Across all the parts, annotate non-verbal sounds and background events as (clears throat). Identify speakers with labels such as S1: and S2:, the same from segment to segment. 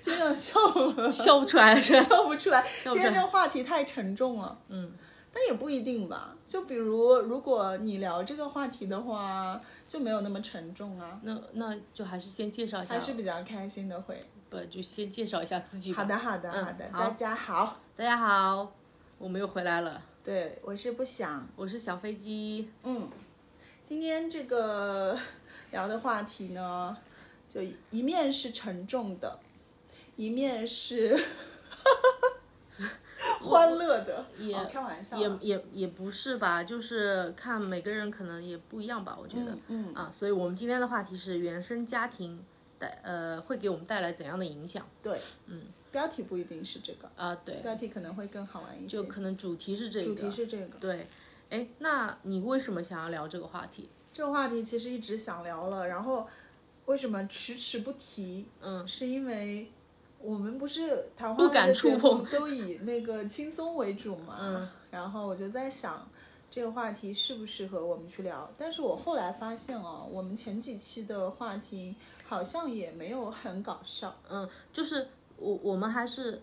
S1: 真的笑
S2: (laughs)
S1: 了，
S2: 笑不出来是吧？
S1: 笑不出来。
S2: 不
S1: 今
S2: 出来
S1: 天这个话题太沉重了，
S2: 嗯，
S1: 但也不一定吧。就比如，如果你聊这个话题的话，就没有那么沉重啊，
S2: 那那就还是先介绍一下
S1: 还，是比较开心的会。
S2: 不就先介绍一下自己吧。
S1: 好的，好的，
S2: 嗯
S1: 的，
S2: 好
S1: 大家好，
S2: 大家好，我们又回来了，
S1: 对我是不想，
S2: 我是小飞机。
S1: 嗯，今天这个聊的话题呢，就一面是沉重的，一面是 (laughs) 欢乐的，
S2: 也
S1: 哦开玩笑啊，
S2: 也也也不是吧，就是看每个人可能也不一样吧，我觉得，
S1: 嗯
S2: 啊，所以我们今天的话题是原生家庭带呃会给我们带来怎样的影响
S1: 对，嗯，标题不一定是这个，
S2: 啊？对，
S1: 标题可能会更好玩一些。
S2: 就可能主题是这
S1: 主
S2: 个，
S1: 题是这个，
S2: 对，哎，那你为什么想要聊这个话题？
S1: 这个话题其实一直想聊了，然后为什么迟迟不提？
S2: 嗯，
S1: 是因为我们不是谈话
S2: 不敢触碰，
S1: 都以那个轻松为主嘛。
S2: 嗯，
S1: 然后我就在想。这个话题适不适合我们去聊？但是我后来发现哦，我们前几期的话题好像也没有很搞笑，
S2: 嗯，就是我我们还是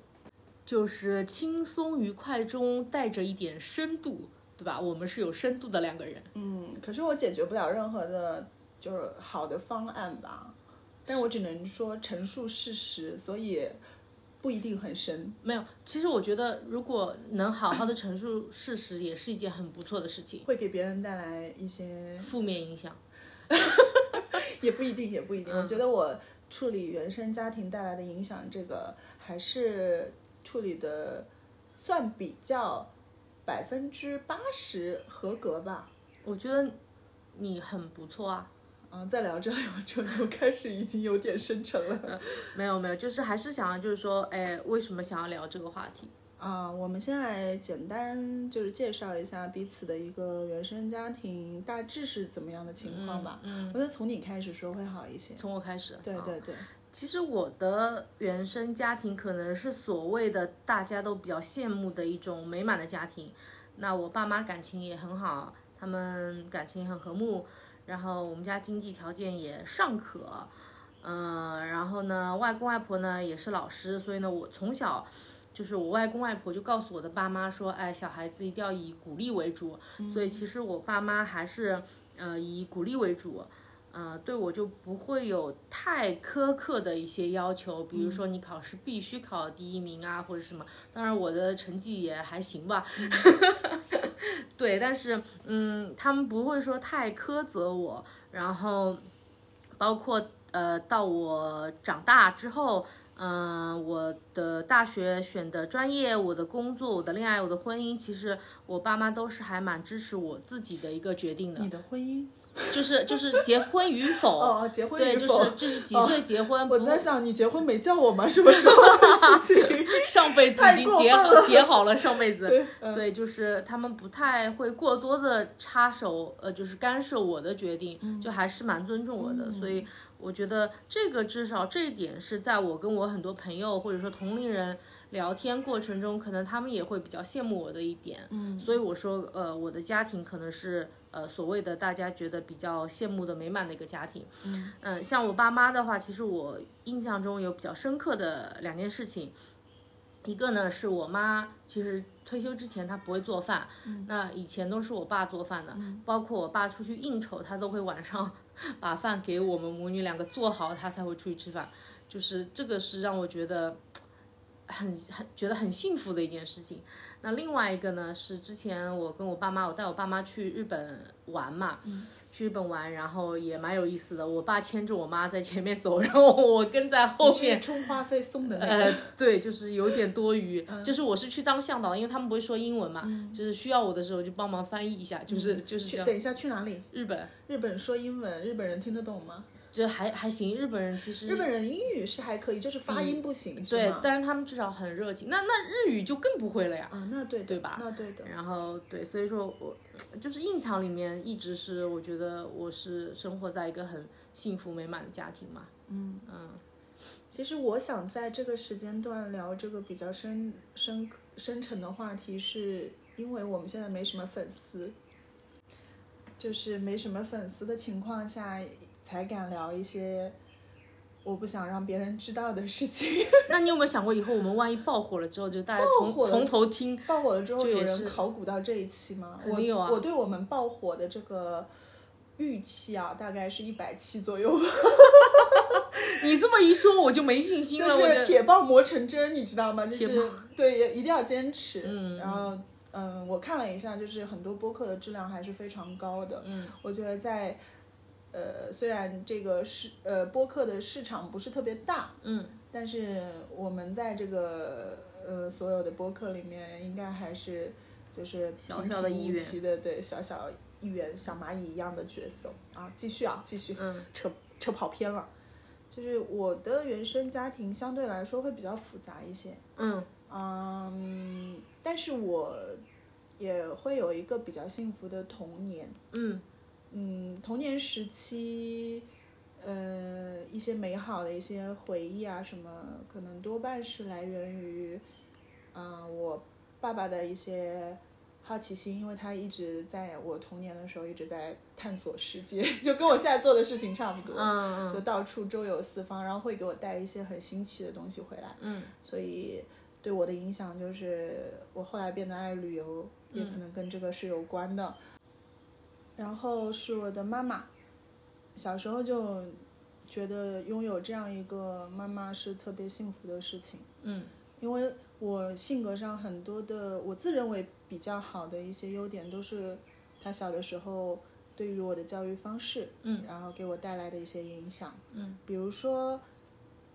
S2: 就是轻松愉快中带着一点深度，对吧？我们是有深度的两个人，
S1: 嗯，可是我解决不了任何的，就是好的方案吧，但我只能说陈述事实，所以不一定很深。
S2: 没有。其实我觉得，如果能好好的陈述事实，也是一件很不错的事情。
S1: 会给别人带来一些， (laughs)
S2: 负面影响。
S1: 也不一定，也不一定。我觉得我处理原生家庭带来的影响，这个还是处理的算比较百分之八十合格吧。
S2: 我觉得你很不错啊，
S1: 嗯，再聊着聊着就开始已经有点深沉了。
S2: 没有没有，就是还是想要就是说，哎，为什么想要聊这个话题？
S1: 啊、我们先来简单就是介绍一下彼此的一个原生家庭大致是怎么样的情况吧。
S2: 嗯，
S1: 我觉得从你开始说会好一些。
S2: 从我开始。
S1: 对
S2: 啊
S1: 对对，
S2: 其实我的原生家庭可能是所谓的大家都比较羡慕的一种美满的家庭。那我爸妈感情也很好，他们感情很和睦，然后我们家经济条件也尚可，嗯、然后呢，外公外婆呢也是老师，所以呢，我从小。就是我外公外婆就告诉我的爸妈说，哎，小孩子一定要以鼓励为主，所以其实我爸妈还是，呃，以鼓励为主，呃，对我就不会有太苛刻的一些要求，比如说你考试必须考第一名啊，或者什么。当然我的成绩也还行吧， (laughs) 对，但是嗯，他们不会说太苛责我，然后包括呃，到我长大之后。嗯、我的大学选的专业、我的工作、我的恋爱、我的婚姻，其实我爸妈都是还蛮支持我自己的一个决定的。
S1: 你的婚姻
S2: 就是就是结婚与否，
S1: 哦，结婚
S2: 对，
S1: 与
S2: 就
S1: 否？哦
S2: 是就是几岁结婚，
S1: 我
S2: 不
S1: 在想，你结婚没叫我吗？什么时候
S2: (laughs)
S1: 的事情？
S2: 上辈子已经结
S1: 太过分
S2: 好
S1: 了
S2: 结好了， (laughs) 上辈子
S1: 对嗯
S2: 对，就是他们不太会过多的插手，呃，就是干涉我的决定，就还是蛮尊重我的，所以我觉得这个至少这一点是在我跟我很多朋友或者说同龄人。聊天过程中，可能他们也会比较羡慕我的一点，嗯，所以我说，呃，我的家庭可能是呃所谓的大家觉得比较羡慕的美满的一个家庭，嗯、像我爸妈的话，其实我印象中有比较深刻的两件事情，一个呢是我妈，其实退休之前她不会做饭，那以前都是我爸做饭的，包括我爸出去应酬，他都会晚上 (laughs) 把饭给我们母女两个做好，他才会出去吃饭。就是这个是让我觉得很很觉得很幸福的一件事情。那另外一个呢是之前我跟我爸妈，我带我爸妈去日本玩嘛，去日本玩，然后也蛮有意思的。我爸牵着我妈在前面走，然后我跟在后
S1: 你
S2: 面。
S1: 是充话费送的那个。
S2: 呃，对，就是有点多余。
S1: 嗯
S2: 就是我是去当向导，因为他们不会说英文嘛，就是需要我的时候就帮忙翻译一下，就是、就是这
S1: 去
S2: 样。
S1: 等一下去哪里？
S2: 日本
S1: 日本说英文，日本人听得懂吗？
S2: 就还还行，日本人其实
S1: 日本人英语是还可以，就是
S2: 嗯
S1: 发音不行，是
S2: 对
S1: 吗，？
S2: 但是他们至少很热情。那那日语就更不会了呀。
S1: 啊，那对的
S2: 对吧？
S1: 那对的。
S2: 然后对，所以说我就是印象里面一直是我觉得我是生活在一个很幸福美满的家庭嘛。嗯
S1: 其实我想在这个时间段聊这个比较深深深沉的话题，是因为我们现在没什么粉丝，就是没什么粉丝的情况下，才敢聊一些我不想让别人知道的事情。 (laughs)
S2: 那你有没有想过，以后我们万一爆火了之后，就大家从
S1: 爆火了
S2: 从头听？
S1: 爆火了之后，
S2: 就也
S1: 有人
S2: 是
S1: 考古到这一期吗？
S2: 肯定有啊
S1: 我我对我们爆火的这个预期啊，大概是一百期左右，
S2: 你这么一说，我就没信心
S1: 就
S2: 了。我
S1: 是
S2: 的
S1: 铁棒磨成针，你知道吗？就
S2: 铁棒
S1: 是对，也一定要坚持。
S2: 嗯
S1: 然后嗯，我看了一下，就是很多播客的质量还是非常高的。
S2: 嗯，
S1: 我觉得在。呃，虽然这个市呃播客的市场不是特别大，
S2: 嗯，
S1: 但是我们在这个呃所有的播客里面，应该还是就是
S2: 小小的一
S1: 平
S2: 员
S1: 平无奇的对小小一员小蚂蚁一样的角色啊。继续啊，继续，
S2: 嗯，
S1: 扯扯跑偏了。就是我的原生家庭相对来说会比较复杂一些，
S2: 嗯
S1: 嗯，但是我也会有一个比较幸福的童年。
S2: 嗯
S1: 嗯，童年时期，呃，一些美好的一些回忆啊，什么可能多半是来源于，啊、我爸爸的一些好奇心，因为他一直在我童年的时候一直在探索世界， (laughs) 就跟我现在做的事情差不多，
S2: 嗯
S1: 就到处周游四方，然后会给我带一些很新奇的东西回来。
S2: 嗯
S1: 所以对我的影响就是我后来变得爱旅游，也
S2: 嗯
S1: 可能跟这个是有关的。然后是我的妈妈，小时候就觉得拥有这样一个妈妈是特别幸福的事情，
S2: 嗯
S1: 因为我性格上很多的我自认为比较好的一些优点都是她小的时候对于我的教育方式，
S2: 嗯，
S1: 然后给我带来的一些影响。
S2: 嗯，
S1: 比如说，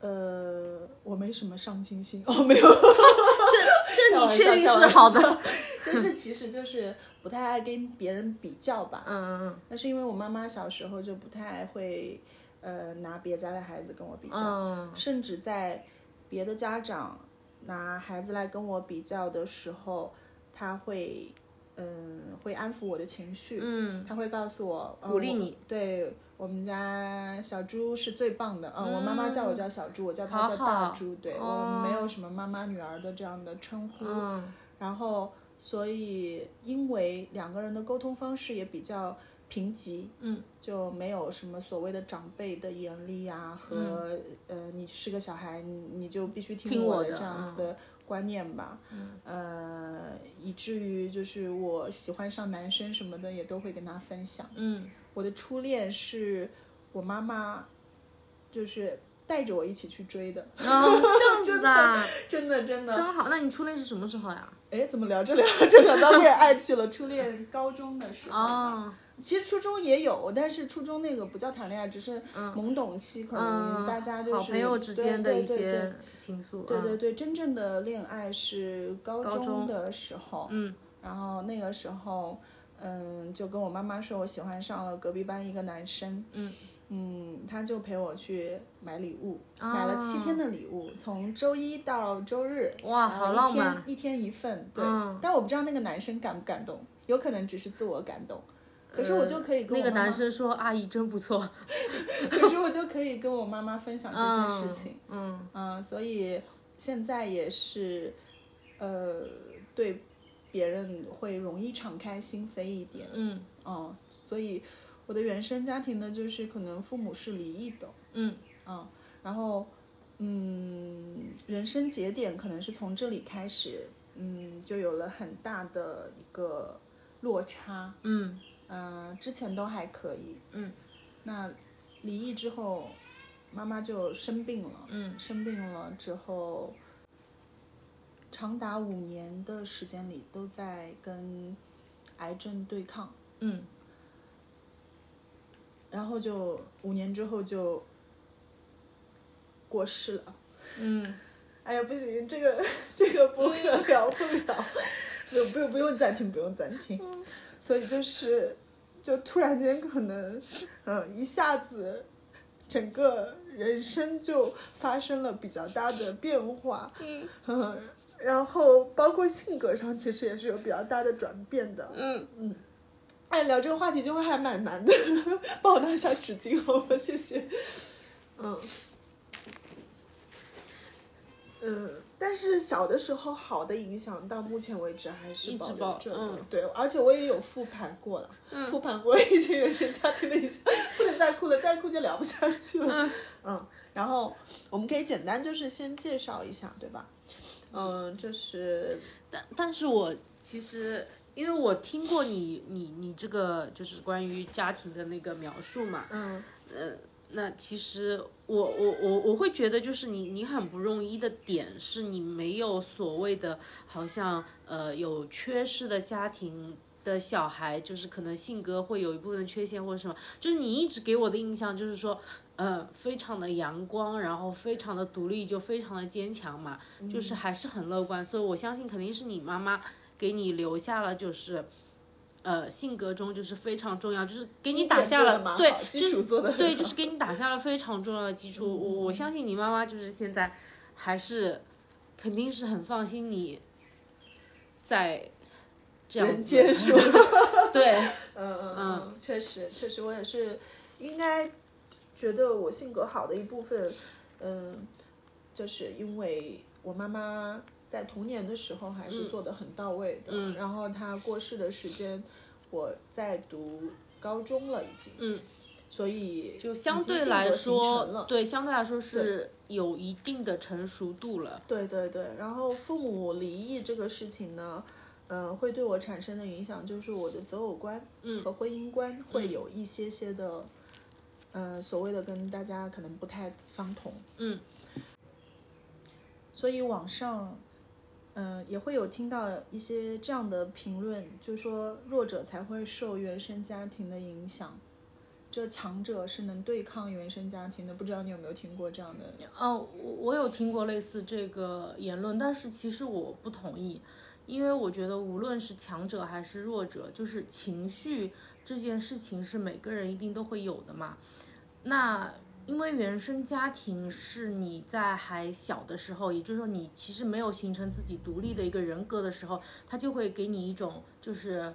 S1: 呃，我没什么上进心， (laughs) 哦，没有，
S2: 这
S1: 开
S2: 这
S1: 玩
S2: 你
S1: 笑
S2: 确定是好的？
S1: 开玩笑就是其实就是不太爱跟别人比较吧。
S2: 嗯嗯
S1: 那是因为我妈妈小时候就不太会，呃，拿别家的孩子跟我比较，
S2: 嗯
S1: 甚至在别的家长拿孩子来跟我比较的时候，她会，嗯、会安抚我的情绪，
S2: 嗯
S1: 他会告诉我，呃
S2: 鼓励你。
S1: 我对我们家小猪是最棒的，嗯，我妈妈叫我叫小猪，我叫她
S2: 好
S1: 叫
S2: 好
S1: 大猪，对
S2: 哦
S1: 我没有什么妈妈女儿的这样的称呼。
S2: 嗯
S1: 然后，所以因为两个人的沟通方式也比较贫瘠，
S2: 嗯，
S1: 就没有什么所谓的长辈的严厉啊和、呃，你是个小孩，你你就必须
S2: 嗯听我
S1: 的
S2: 的嗯
S1: 这样子的观念吧，嗯，呃，以至于就是我喜欢上男生什么的也都会跟他分享。
S2: 嗯
S1: 我的初恋是我妈妈，就是带着我一起去追的，
S2: 哦，这样子的啊，
S1: 真的真的。
S2: (laughs) 真好。那你初恋是什么时候呀？
S1: 哎，怎么聊着聊着聊到恋爱去了？初恋高中的时候吧，
S2: 哦，
S1: 其实初中也有，但是初中那个不叫谈恋爱，只是懵懂期，可能
S2: 嗯，
S1: 大家就是
S2: 好朋友之间的一
S1: 对对对对
S2: 些情愫。
S1: 对对
S2: 嗯
S1: 对，真正的恋爱是高
S2: 高
S1: 中
S2: 中
S1: 的时候，
S2: 嗯，
S1: 然后那个时候，嗯，就跟我妈妈说我喜欢上了隔壁班一个男生，
S2: 嗯
S1: 嗯，他就陪我去买礼物，
S2: 啊
S1: 买了七天的礼物，从周一到周日，
S2: 哇，
S1: 然
S2: 好
S1: 后一
S2: 浪
S1: 天
S2: 漫。
S1: 一天一份，对，
S2: 嗯
S1: 但我不知道那个男生感不感动，有可能只是自我感动。可是我就可以跟
S2: 呃那
S1: 我
S2: 个
S1: 妈妈，
S2: 男生说：“阿姨真不错。
S1: 可是我就可以跟我妈妈分”享这些
S2: 嗯
S1: 事情。
S2: 嗯
S1: 嗯，所以现在也是，呃，对别人会容易敞开心扉一点。
S2: 嗯
S1: 嗯，所以我的原生家庭呢，就是可能父母是离异的，
S2: 嗯
S1: 嗯，然后嗯，人生节点可能是从这里开始，嗯，就有了很大的一个落差。
S2: 嗯
S1: 嗯，之前都还可以。
S2: 嗯，
S1: 那离异之后，妈妈就生病了。
S2: 嗯，
S1: 生病了之后，长达五年的时间里都在跟癌症对抗，
S2: 嗯
S1: 然后就五年之后就过世了。
S2: 嗯，
S1: 哎呀，不行，这个这个不可聊不了，不不不用暂停，不用暂停。 (laughs) 所以就是，就突然间可能，嗯，一下子，整个人生就发生了比较大的变化。 (laughs) 嗯。然后包括性格上，其实也是有比较大的转变的。
S2: 嗯
S1: 嗯。哎，聊这个话题就会还蛮难的，帮我拿一下纸巾好吗？谢谢。嗯。嗯，但是小的时候好的影响到目前为止还是
S2: 一直
S1: 保留
S2: 保
S1: 着的，
S2: 嗯
S1: 对，而且我也有复盘过了，复盘过一些原生家庭的影响，不能再哭了，再哭就聊不下去了，嗯然后我们可以简单就是先介绍一下，对吧？嗯，就是
S2: 但但是我其实因为我听过你你你这个就是关于家庭的那个描述嘛，
S1: 嗯
S2: 那其实我我我我会觉得，就是你你很不容易的点是你没有所谓的，好像呃有缺失的家庭的小孩，就是可能性格会有一部分缺陷或者什么，就是你一直给我的印象就是说，呃，非常的阳光，然后非常的独立，就非常的坚强嘛，
S1: 嗯
S2: 就是还是很乐观，所以我相信肯定是你妈妈给你留下了就是。呃，性格中就是非常重要，就是给你打下
S1: 基点做得
S2: 了
S1: 蛮
S2: 对
S1: 好，
S2: 就
S1: 基础做的 (laughs)
S2: 对，就是给你打下了非常重要的基础。我我相信你妈妈就是现在还是肯定是很放心你在这样
S1: 人
S2: 子
S1: 间 (laughs) 说，
S2: 对，
S1: 嗯嗯嗯，确实确实，我也是应该觉得我性格好的一部分，嗯，就是因为我妈妈在童年的时候还是做的很到位的，
S2: 嗯
S1: 然后她过世的时间我在读高中了已经，
S2: 嗯，
S1: 所以
S2: 就相
S1: 已经
S2: 对
S1: 性
S2: 来
S1: 格形成
S2: 说
S1: 了，
S2: 对，相对来说是有一定的成熟度了。
S1: 对对对，然后父母离异这个事情呢，呃，会对我产生的影响就是我的择偶观和婚姻观会有一些些的，呃，所谓的跟大家可能不太相同。
S2: 嗯，
S1: 所以网上，嗯、也会有听到一些这样的评论，就说弱者才会受原生家庭的影响，这强者是能对抗原生家庭的。不知道你有没有听过这样的？
S2: 哦，我我有听过类似这个言论，但是其实我不同意，因为我觉得无论是强者还是弱者，就是情绪这件事情是每个人一定都会有的嘛。那因为原生家庭是你在还小的时候，也就是说你其实没有形成自己独立的一个人格的时候，它就会给你一种就是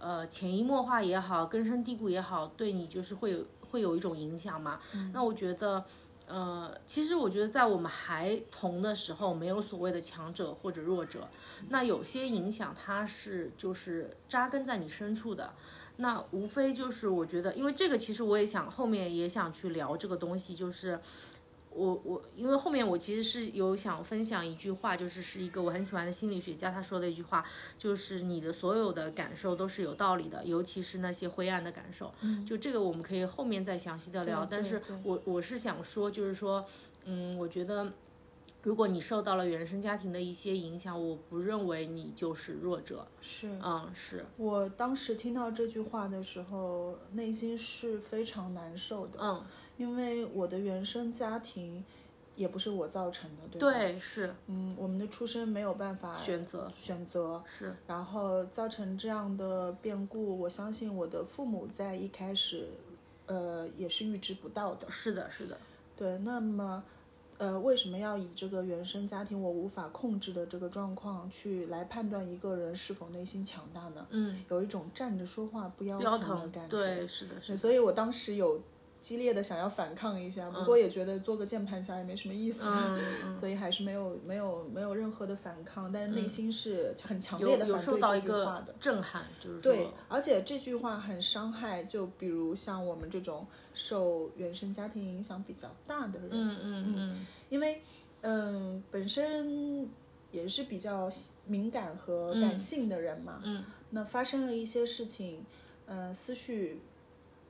S2: 呃潜移默化也好，根深蒂固也好，对你就是会有会有一种影响嘛。那我觉得。呃，其实我觉得在我们还童的时候，没有所谓的强者或者弱者，那有些影响它是就是扎根在你深处的。那无非就是我觉得，因为这个其实我也想后面也想去聊这个东西，就是我我因为后面我其实是有想分享一句话，就是是一个我很喜欢的心理学家他说的一句话，就是你的所有的感受都是有道理的，尤其是那些灰暗的感受。就这个我们可以后面再详细的聊，
S1: 嗯对
S2: 但是
S1: 对
S2: 我我是想说，就是说，嗯，我觉得。如果你受到了原生家庭的一些影响，我不认为你就是弱者。
S1: 是
S2: 嗯，是，
S1: 我当时听到这句话的时候，内心是非常难受的，
S2: 嗯，
S1: 因为我的原生家庭也不是我造成的，对吧？
S2: 对，是
S1: 嗯，我们的出身没有办法
S2: 选择，
S1: 选择，
S2: 是，
S1: 然后造成这样的变故，我相信我的父母在一开始，呃，也是预知不到的。
S2: 是的，是的，
S1: 对，那么，呃，为什么要以这个原生家庭我无法控制的这个状况去来判断一个人是否内心强大呢？
S2: 嗯，
S1: 有一种站着说话不腰
S2: 不腰
S1: 疼的
S2: 疼
S1: 感，觉。
S2: 对，是的，是
S1: 对
S2: 的，
S1: 所以我当时有激烈的想要反抗一下，不过也觉得做个键盘侠也没什么意思，
S2: 嗯嗯
S1: 所以还是没有没有没有任何的反抗，但是内心是很强
S2: 有
S1: 烈的
S2: 有
S1: 反
S2: 受到
S1: 对
S2: 一
S1: 这句话
S2: 个
S1: 的。
S2: 震撼，就是
S1: 对
S2: 说，，
S1: 而且这句话很伤害，就比如像我们这种受原生家庭影响比较大的人，
S2: 嗯嗯嗯，
S1: 因为嗯本身也是比较敏感和感性的人嘛，
S2: 嗯
S1: 那发生了一些事情，嗯、思绪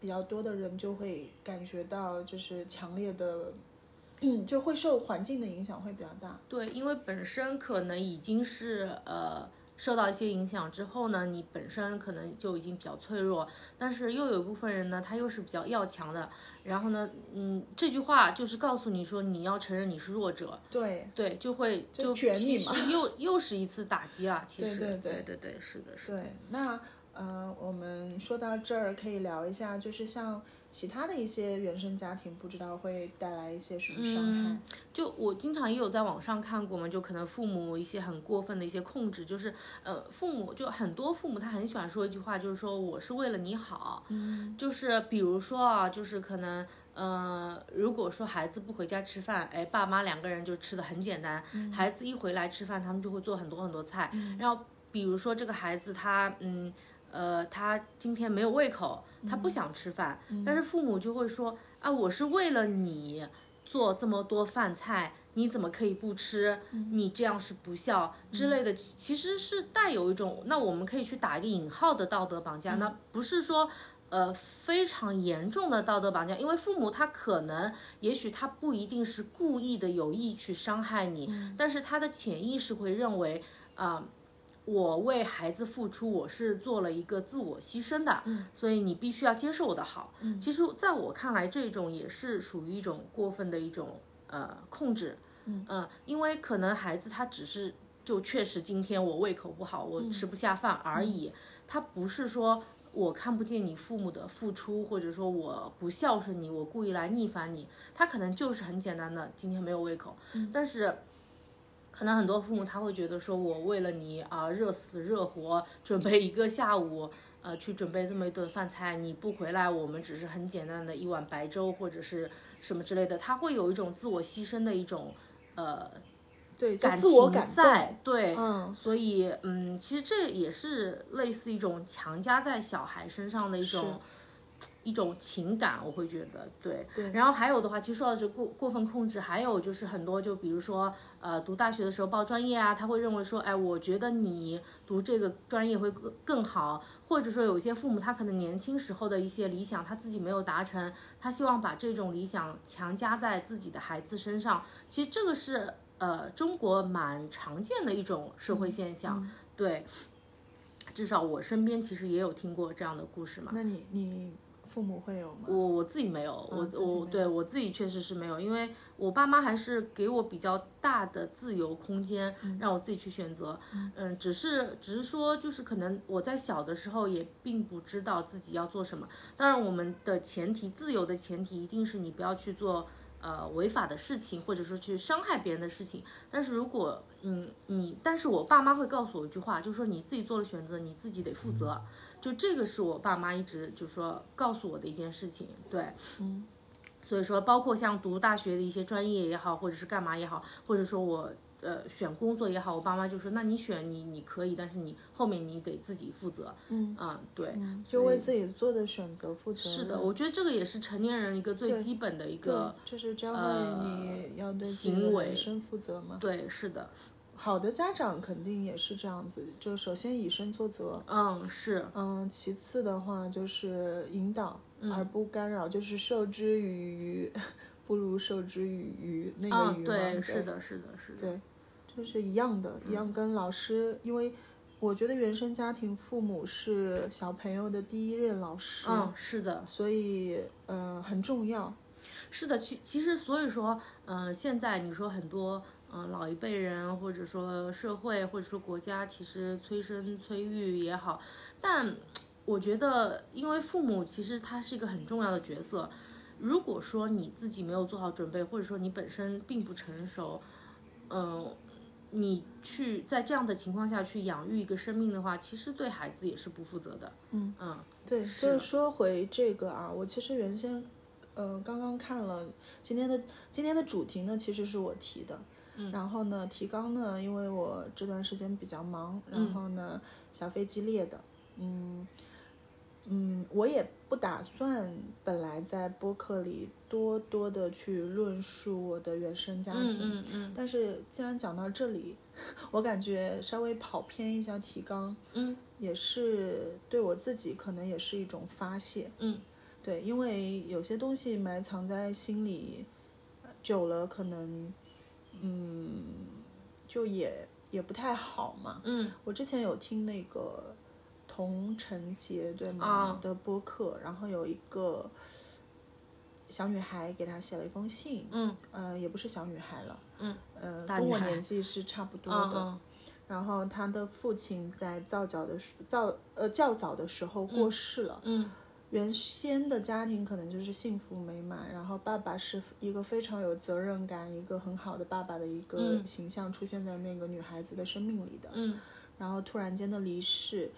S1: 比较多的人就会感觉到就是强烈的， (clears throat) 嗯，就会受环境的影响会比较大，
S2: 对，因为本身可能已经是呃。受到一些影响之后呢，你本身可能就已经比较脆弱，但是又有一部分人呢，他又是比较要强的。然后呢，嗯，这句话就是告诉你说，你要承认你是弱者，
S1: 对，
S2: 对，就会
S1: 就卷
S2: 其
S1: 你
S2: 实
S1: 嘛
S2: 又又是一次打击啦。其
S1: 对
S2: 实，
S1: 对对
S2: 对对对，是的，是的，
S1: 对，那呃，我们说到这儿，可以聊一下，就是像其他的一些原生家庭，不知道会带来一些什么伤
S2: 嗯
S1: 害。
S2: 就我经常也有在网上看过嘛，就可能父母一些很过分的一些控制，就是呃，父母就很多父母他很喜欢说一句话，就是说我是为了你好，嗯，就是比如说啊，就是可能。呃，如果说孩子不回家吃饭，哎，爸妈两个人就吃的很简单，孩子一回来吃饭，他们就会做很多很多菜。然后比如说这个孩子他嗯呃他今天没有胃口，他不想吃饭，但是父母就会说啊，我是为了你。做这么多饭菜，你怎么可以不吃？你这样是不孝之类的，其实是带有一种，那我们可以去打一个引号的道德绑架，那不是说。呃，非常严重的道德绑架，因为父母他可能，也许他不一定是故意的、有意去伤害你，但是他的潜意识会认为，啊、我为孩子付出，我是做了一个自我牺牲的，所以你必须要接受我的好。其实，在我看来，这种也是属于一种过分的一种呃控制，嗯、因为可能孩子他只是就确实今天我胃口不好，我吃不下饭而已，他不是说。我看不见你父母的付出，或者说我不孝顺你，我故意来逆反你，他可能就是很简单的，今天没有胃口。但是，可能很多父母他会觉得说，我为了你啊、热死热活，准备一个下午，呃，去准备这么一顿饭菜，你不回来，我们只是很简单的一碗白粥或者是什么之类的，他会有一种自我牺牲的一种呃
S1: 对，就
S2: 感
S1: 自我
S2: 情
S1: 感动，
S2: 在，对，
S1: 嗯，
S2: 所以，嗯，其实这也是类似一种强加在小孩身上的一种一种情感，我会觉得对。
S1: 对
S2: 然后还有的话，其实说到这过过分控制，还有就是很多，就比如说，呃，读大学的时候报专业啊，他会认为说，哎，我觉得你读这个专业会更更好，或者说有些父母他可能年轻时候的一些理想他自己没有达成，他希望把这种理想强加在自己的孩子身上，其实这个是呃中国蛮常见的一种社会现象，对，至少我身边其实也有听过这样的故事嘛。
S1: 那你你父母会有吗？
S2: 我我自己没有，
S1: 嗯
S2: 我
S1: 自己没有
S2: 我对我自己确实是没有，因为我爸妈还是给我比较大的自由空间，
S1: 嗯
S2: 让我自己去选择。嗯，只是只是说，就是可能我在小的时候也并不知道自己要做什么。当然，我们的前提，自由的前提一定是你不要去做呃违法的事情，或者说去伤害别人的事情。但是如果嗯你，但是我爸妈会告诉我一句话，就是说你自己做了选择，你自己得负责。
S1: 嗯
S2: 就这个是我爸妈一直就说告诉我的一件事情，对，
S1: 嗯，
S2: 所以说包括像读大学的一些专业也好，或者是干嘛也好，或者说我呃选工作也好，我爸妈就说那你选你你可以，但是你后面你得自己负责，
S1: 嗯
S2: 啊、对，
S1: 嗯就为自己做的选择负责任。
S2: 是的，我觉得这个也是成年人一个最
S1: 对
S2: 基本的一个
S1: 对，就是教会
S2: 呃
S1: 你要对自己
S2: 行
S1: 的
S2: 为
S1: 人生负责嘛。
S2: 对，是的，
S1: 好的家长肯定也是这样子，就首先以身作则，
S2: 嗯，是，
S1: 嗯，其次的话就是引导而不干扰，就是授之以鱼， (laughs) 不如授之以渔那个
S2: 嗯，
S1: 鱼嘛。
S2: 对，是的，是的，是的，
S1: 对，就是一样的，一样跟老师，因为我觉得原生家庭父母是小朋友的第一任老师，
S2: 嗯，是的，
S1: 所以嗯、呃很重要。
S2: 是的，其其实所以说，呃，现在你说很多，嗯、老一辈人或者说社会或者说国家，其实催生催育也好，但我觉得，因为父母其实他是一个很重要的角色。如果说你自己没有做好准备，或者说你本身并不成熟，嗯、你去在这样的情况下去养育一个生命的话，其实对孩子也是不负责的。嗯嗯，
S1: 对，
S2: 是
S1: 就是说回这个啊，我其实原先，呃，刚刚看了今天的今天的主题呢，其实是我提的。嗯、然后呢，提纲呢，因为我这段时间比较忙，
S2: 嗯
S1: 然后呢，小飞机列的，嗯嗯，我也不打算本来在播客里多多的去论述我的原生家庭，
S2: 嗯嗯嗯
S1: 但是既然讲到这里， (laughs) 我感觉稍微跑偏一下提纲，
S2: 嗯，
S1: 也是对我自己可能也是一种发泄，
S2: 嗯，
S1: 对，因为有些东西埋藏在心里呃久了，可能，嗯，就也也不太好嘛。
S2: 嗯
S1: 我之前有听那个童晨杰对吗、
S2: 啊
S1: 的播客，然后有一个小女孩给他写了一封信，
S2: 嗯
S1: 呃，也不是小女孩了，
S2: 嗯，
S1: 呃，
S2: 大
S1: 跟
S2: 女
S1: 我
S2: 孩
S1: 年纪是差不多
S2: 嗯
S1: 的。
S2: 嗯
S1: 然后她的父亲在较早的时较呃较早的时候过世了。
S2: 嗯
S1: 原先的家庭可能就是幸福美满，然后爸爸是一个非常有责任感、一个很好的爸爸的一个
S2: 嗯
S1: 形象出现在那个女孩子的生命里的。
S2: 嗯
S1: 然后突然间的离世，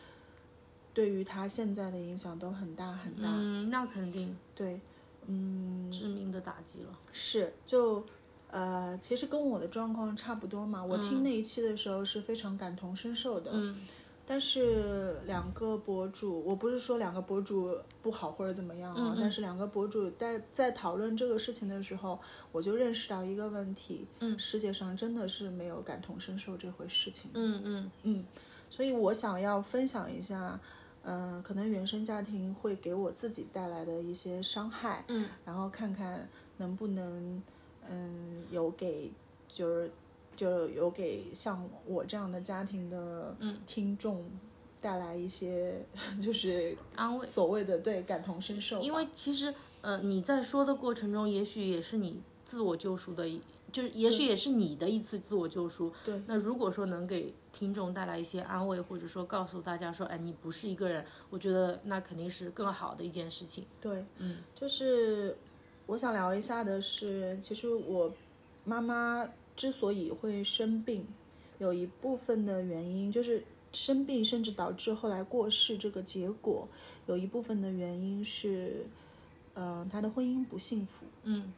S1: 对于她现在的影响都很大很大。
S2: 嗯，那肯定。
S1: 对，嗯，
S2: 致命的打击了。
S1: 是，就呃，其实跟我的状况差不多嘛。我听那一期的时候是非常感同身受的。
S2: 嗯
S1: 但是两个博主，我不是说两个博主不好或者怎么样啊，但是两个博主在在讨论这个事情的时候，我就认识到一个问题，嗯，世界上真的是没有感同身受这回事情，
S2: 嗯嗯
S1: 所以我想要分享一下，嗯、可能原生家庭会给我自己带来的一些伤害，
S2: 嗯，
S1: 然后看看能不能，嗯，有给就是就有给像我这样的家庭的
S2: 嗯
S1: 听众带来一些 (laughs) 就是
S2: 安慰。
S1: 所谓的对感同身受吧，
S2: 因为其实，呃，你在说的过程中，也许也是你自我救赎的一，就是也许也是你的一次自我救赎。
S1: 对，
S2: 那如果说能给听众带来一些安慰，或者说告诉大家说，哎，你不是一个人，我觉得那肯定是更好的一件事情。
S1: 对，嗯，就是我想聊一下的是，其实我妈妈之所以会生病，有一部分的原因就是生病，甚至导致后来过世这个结果，有一部分的原因是，呃，她的婚姻不幸福，
S2: 嗯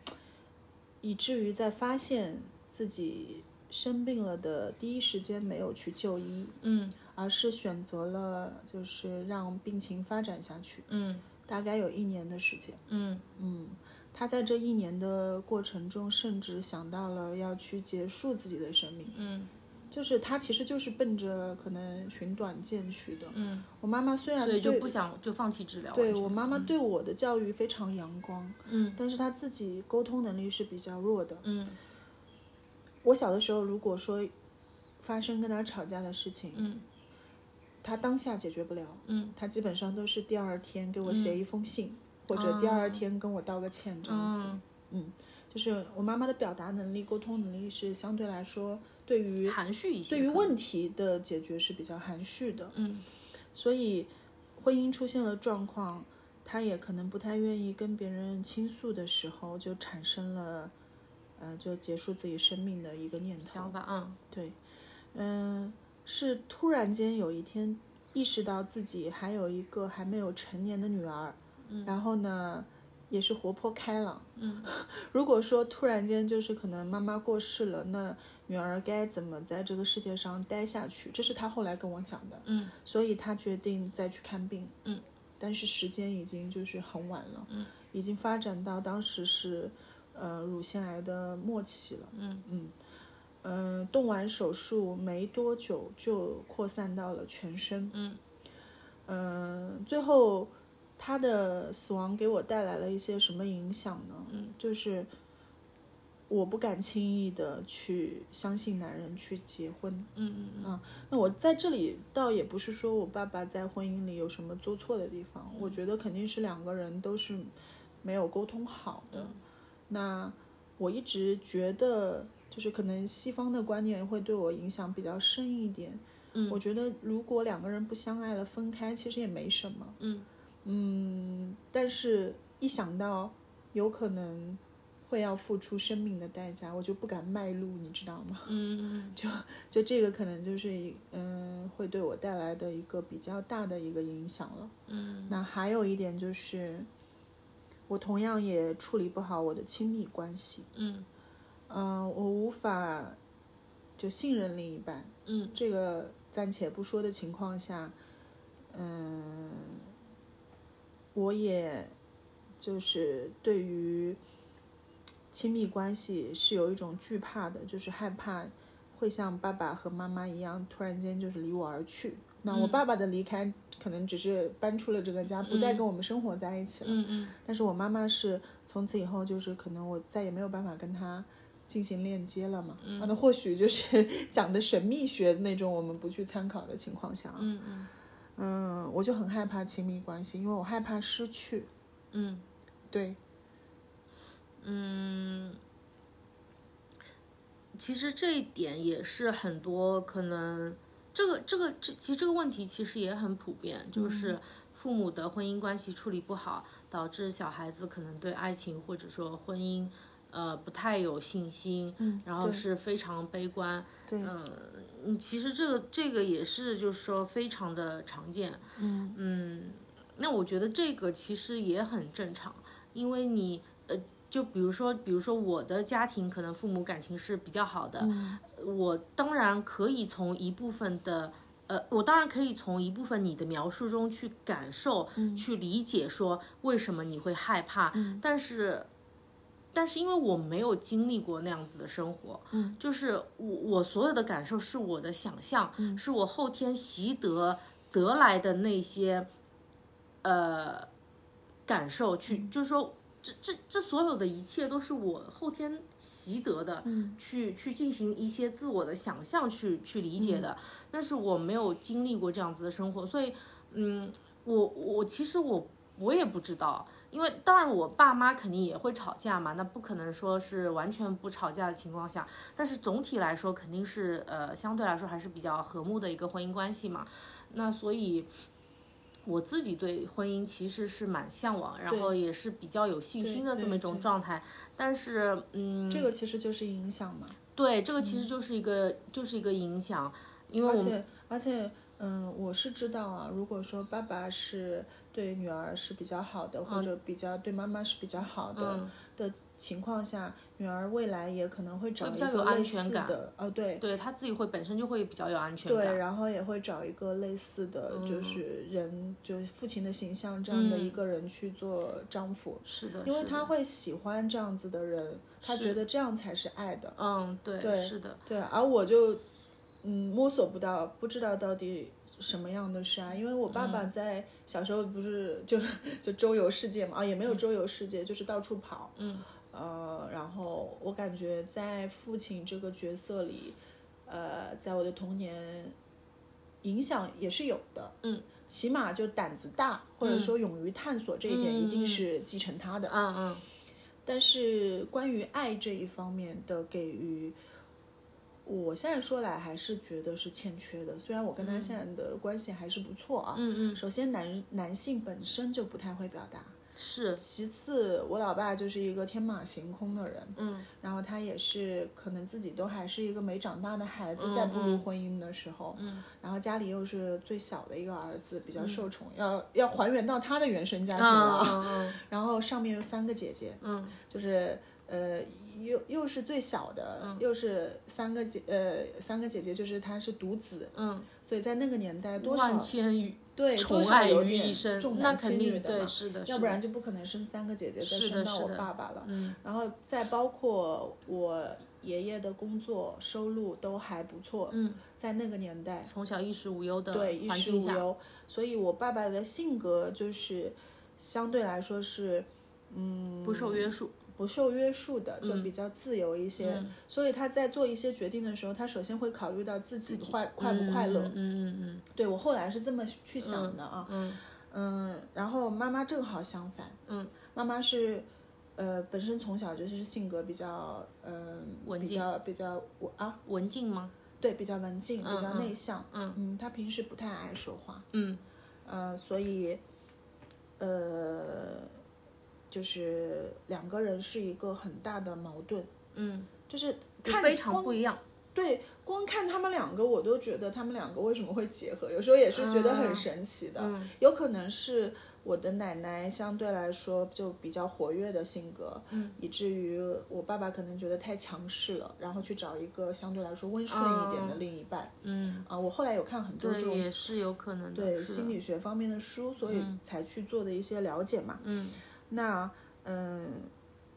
S1: 以至于在发现自己生病了的第一时间没有去就医，
S2: 嗯
S1: 而是选择了就是让病情发展下去，
S2: 嗯
S1: 大概有一年的时间。
S2: 嗯
S1: 嗯，他在这一年的过程中，甚至想到了要去结束自己的生命，
S2: 嗯
S1: 就是他其实就是奔着可能寻短见去的。
S2: 嗯，
S1: 我妈妈虽然
S2: 所以就
S1: 对
S2: 不想就放弃治疗。
S1: 对
S2: 完全
S1: 我妈妈对我的教育非常阳光，
S2: 嗯
S1: 但是她自己沟通能力是比较弱的。
S2: 嗯
S1: 我小的时候，如果说发生跟她吵架的事情，
S2: 嗯
S1: 她当下解决不了，
S2: 嗯
S1: 她基本上都是第二天给我写一封信，或者第二天跟我道个歉这样子。
S2: 哦嗯，
S1: 就是我妈妈的表达能力、沟通能力是相对来说，对于
S2: 含蓄一些。
S1: 对于
S2: 可能
S1: 问题的解决是比较含蓄的，
S2: 嗯
S1: 所以婚姻出现了状况，她也可能不太愿意跟别人倾诉的时候，就产生了，呃，就结束自己生命的一个念头
S2: 想。法嗯
S1: 对，嗯、是突然间有一天意识到自己还有一个还没有成年的女儿，然后呢，也是活泼开朗，
S2: 嗯，
S1: (laughs) 如果说突然间就是可能妈妈过世了，那女儿该怎么在这个世界上待下去？这是她后来跟我讲的，
S2: 嗯，
S1: 所以她决定再去看病，
S2: 嗯，
S1: 但是时间已经就是很晚了，
S2: 嗯，
S1: 已经发展到当时是，呃，乳腺癌的末期了，
S2: 嗯
S1: 嗯。嗯、动完手术没多久就扩散到了全身。
S2: 嗯
S1: 嗯、最后他的死亡给我带来了一些什么影响呢？
S2: 嗯，
S1: 就是我不敢轻易的去相信男人去结婚。啊
S2: 嗯嗯
S1: 那我在这里倒也不是说我爸爸在婚姻里有什么做错的地方，
S2: 嗯
S1: 我觉得肯定是两个人都是没有沟通好的。
S2: 嗯
S1: 那我一直觉得，就是可能西方的观念会对我影响比较深一点。
S2: 嗯
S1: 我觉得如果两个人不相爱了，分开其实也没什么。
S2: 嗯
S1: 嗯，但是一想到有可能会要付出生命的代价，我就不敢迈入，你知道吗？ (laughs)
S2: 嗯嗯
S1: 就这个可能就是一嗯，会对我带来的一个比较大的一个影响了。
S2: 嗯
S1: 那还有一点就是，我同样也处理不好我的亲密关系。
S2: 嗯
S1: 嗯、我无法就信任另一半。
S2: 嗯
S1: 这个暂且不说的情况下，嗯，我也就是对于亲密关系是有一种惧怕的，就是害怕会像爸爸和妈妈一样，突然间就是离我而去。那我爸爸的离开，可能只是搬出了这个家，不再跟我们生活在一起了。
S2: 嗯嗯
S1: 但是我妈妈是从此以后就是可能我再也没有办法跟她进行链接了嘛。嗯、那或许就是 (laughs) 讲的神秘学那种我们不去参考的情况下，
S2: 嗯嗯
S1: 嗯，我就很害怕亲密关系，因为我害怕失去。
S2: 嗯
S1: 对，
S2: 嗯，其实这一点也是很多可能这个这个这其实这个问题其实也很普遍，
S1: 嗯
S2: 就是父母的婚姻关系处理不好，导致小孩子可能对爱情或者说婚姻呃不太有信心，
S1: 嗯，
S2: 然后
S1: 对
S2: 是非常悲观，
S1: 对，
S2: 嗯，其实这个这个也是，就是说非常的常见。
S1: 嗯
S2: 嗯，那我觉得这个其实也很正常，因为你呃，就比如说，比如说我的家庭可能父母感情是比较好的，呃
S1: 嗯
S2: 我当然可以从一部分的呃，我当然可以从一部分你的描述中去感受、
S1: 嗯
S2: 去理解，说为什么你会害怕。但是，但是因为我没有经历过那样子的生活，就是我我所有的感受是我的想象，是我后天习得得来的那些，呃，感受去，就是说。这这这所有的一切都是我后天习得的，去去进行一些自我的想象去去理解的，但是我没有经历过这样子的生活，所以，嗯，我我其实我我也不知道，因为当然我爸妈肯定也会吵架嘛，那不可能说是完全不吵架的情况下，但是总体来说肯定是呃相对来说还是比较和睦的一个婚姻关系嘛，那所以。我自己对婚姻其实是蛮向往，然后也是比较有信心的
S1: 对
S2: 这么一种
S1: 对
S2: 状态。但是，嗯，
S1: 这个其实就是影响嘛。
S2: 对，这个其实就是一个、就是一个影响，因为
S1: 嗯而
S2: 我们
S1: 且而且，嗯，我是知道啊，如果说爸爸是对女儿是比较好的，
S2: 啊
S1: 或者比较对妈妈是比较好的、
S2: 嗯
S1: 的情况下，女儿未来也可能会找
S2: 会
S1: 一
S2: 比较有
S1: 个
S2: 安
S1: 类
S2: 全
S1: 似
S2: 感
S1: 的，呃，对。
S2: 对他自己会本身就会比较有安全
S1: 对，
S2: 感。嗯
S1: 然后也会找一个类似的，就是人，就是父亲的形象这样的一个人去做丈夫，
S2: 是的，
S1: 因为
S2: 嗯是的
S1: 他会喜欢这样子的人，他觉得这样才是爱的。
S2: 嗯，对，
S1: 对
S2: 是的，
S1: 对，而我就嗯摸索不到，不知道到底什么样的是爱，因为我爸爸
S2: 嗯
S1: 在小时候不是就就周游世界嘛，啊也没有
S2: 嗯
S1: 周游世界，就是到处跑，嗯，呃，然后我感觉在父亲这个角色里，呃，在我的童年影响也是有的，嗯。起码就胆子大，或者说勇于探索这一点，
S2: 嗯
S1: 一定是继承他的。
S2: 嗯嗯，
S1: 但是关于爱这一方面的给予，我现在说来还是觉得是欠缺的。虽然我跟
S2: 嗯
S1: 他现在的关系还是不错啊，嗯嗯。首先男男性本身就不太会表达，
S2: 是，
S1: 其次我老爸就是一个天马行空的人，嗯，然后他也是可能自己都还是一个没长大的孩子，
S2: 嗯
S1: 在步入婚姻的时候，嗯，然后家里又是最小的一个儿子，比较受宠，要要还原到他的原生家
S2: 嗯
S1: 庭了啊。
S2: 嗯嗯
S1: 然后上面有三个姐姐，嗯，就是呃，又又是最小的，
S2: 嗯
S1: 又是三个姐，呃，三个姐姐就是她是独 (laughs) 子，嗯，所以在那个年代
S2: 嗯，
S1: 多少
S2: 万千于
S1: 对
S2: 宠
S1: 多少
S2: 爱
S1: 有
S2: 于
S1: 点
S2: 一身，
S1: 重
S2: 那
S1: 男
S2: 肯
S1: 轻女
S2: 定
S1: 的
S2: 对，
S1: 嘛，
S2: 是的，
S1: 要
S2: 是
S1: 不
S2: 的
S1: 然就不可能生三个姐姐，再
S2: 是
S1: 生
S2: 的
S1: 到
S2: 是
S1: 我
S2: 的
S1: 爸爸了，嗯，然后再包括我爷爷的工作收入都还不错，嗯，在那个年代。
S2: 从小衣食无忧的
S1: 哎对衣
S2: 环
S1: 食
S2: 境
S1: 无
S2: 下，
S1: 忧，所以我爸爸的性格就是相对来说是
S2: 不受约束，
S1: 不受约束的，就比较自由一些。所以他在做一些决定的时候，他首先会考虑到自己快快不快乐。
S2: 嗯嗯嗯
S1: 对我后来是这么去想的啊。嗯然后妈妈正好相反。嗯，妈妈是。呃，本身从小就是性格比较，嗯、
S2: 文
S1: 比
S2: 静
S1: 较比较我啊，
S2: 嗯，文静吗？
S1: 对，比较文静，比较
S2: 嗯
S1: 内向，嗯她平时不太爱说话，
S2: 嗯，
S1: 呃，所以，呃，就是两个人是一个很大的矛盾，
S2: 嗯，
S1: 就是看
S2: 非常
S1: 光
S2: 不一样。
S1: 对，光看他们两个，我都觉得他们两个为什么会结合，有时候也是觉得
S2: 啊
S1: 很神奇的。
S2: 嗯
S1: 有可能是我的奶奶相对来说就比较活跃的性格，
S2: 嗯
S1: 以至于我爸爸可能觉得太强势了，然后去找一个相对来说温顺一点的
S2: 哦
S1: 另一半。
S2: 嗯，
S1: 啊，我后来有看很多这
S2: 对，
S1: 种
S2: 也是有可能的。
S1: 对
S2: 是的
S1: 心理学方面的书，所以才去做的一些了解嘛。
S2: 嗯，
S1: 那嗯，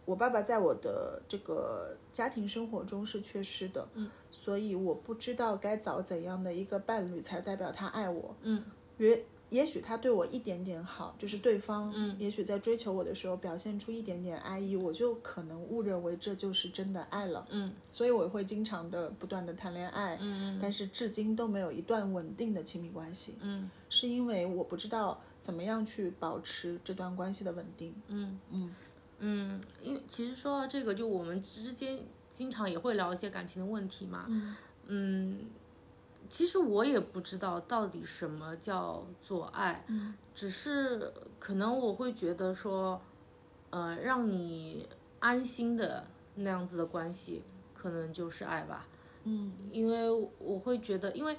S1: 我爸爸在我的这个家庭生活中是缺失的，嗯，所以我不知道该找怎样的一个伴侣才代表他爱我，
S2: 嗯，
S1: 也也许他对我一点点好，就是对方，嗯，也许在追求我的时候表现出一点点爱意，我就可能误认为这就是真的爱了，
S2: 嗯，
S1: 所以我会经常的不断的谈恋爱，嗯但是至今都没有一段稳定的亲密关系，
S2: 嗯，
S1: 是因为我不知道怎么样去保持这段关系的稳定，
S2: 嗯，因为其实说到这个，就我们之间经常也会聊一些感情的问题嘛。嗯其实我也不知道到底什么叫做爱，嗯、只是可能我会觉得说，呃，让你安心的那样子的关系，可能就是爱吧。嗯，因为我会觉得，因为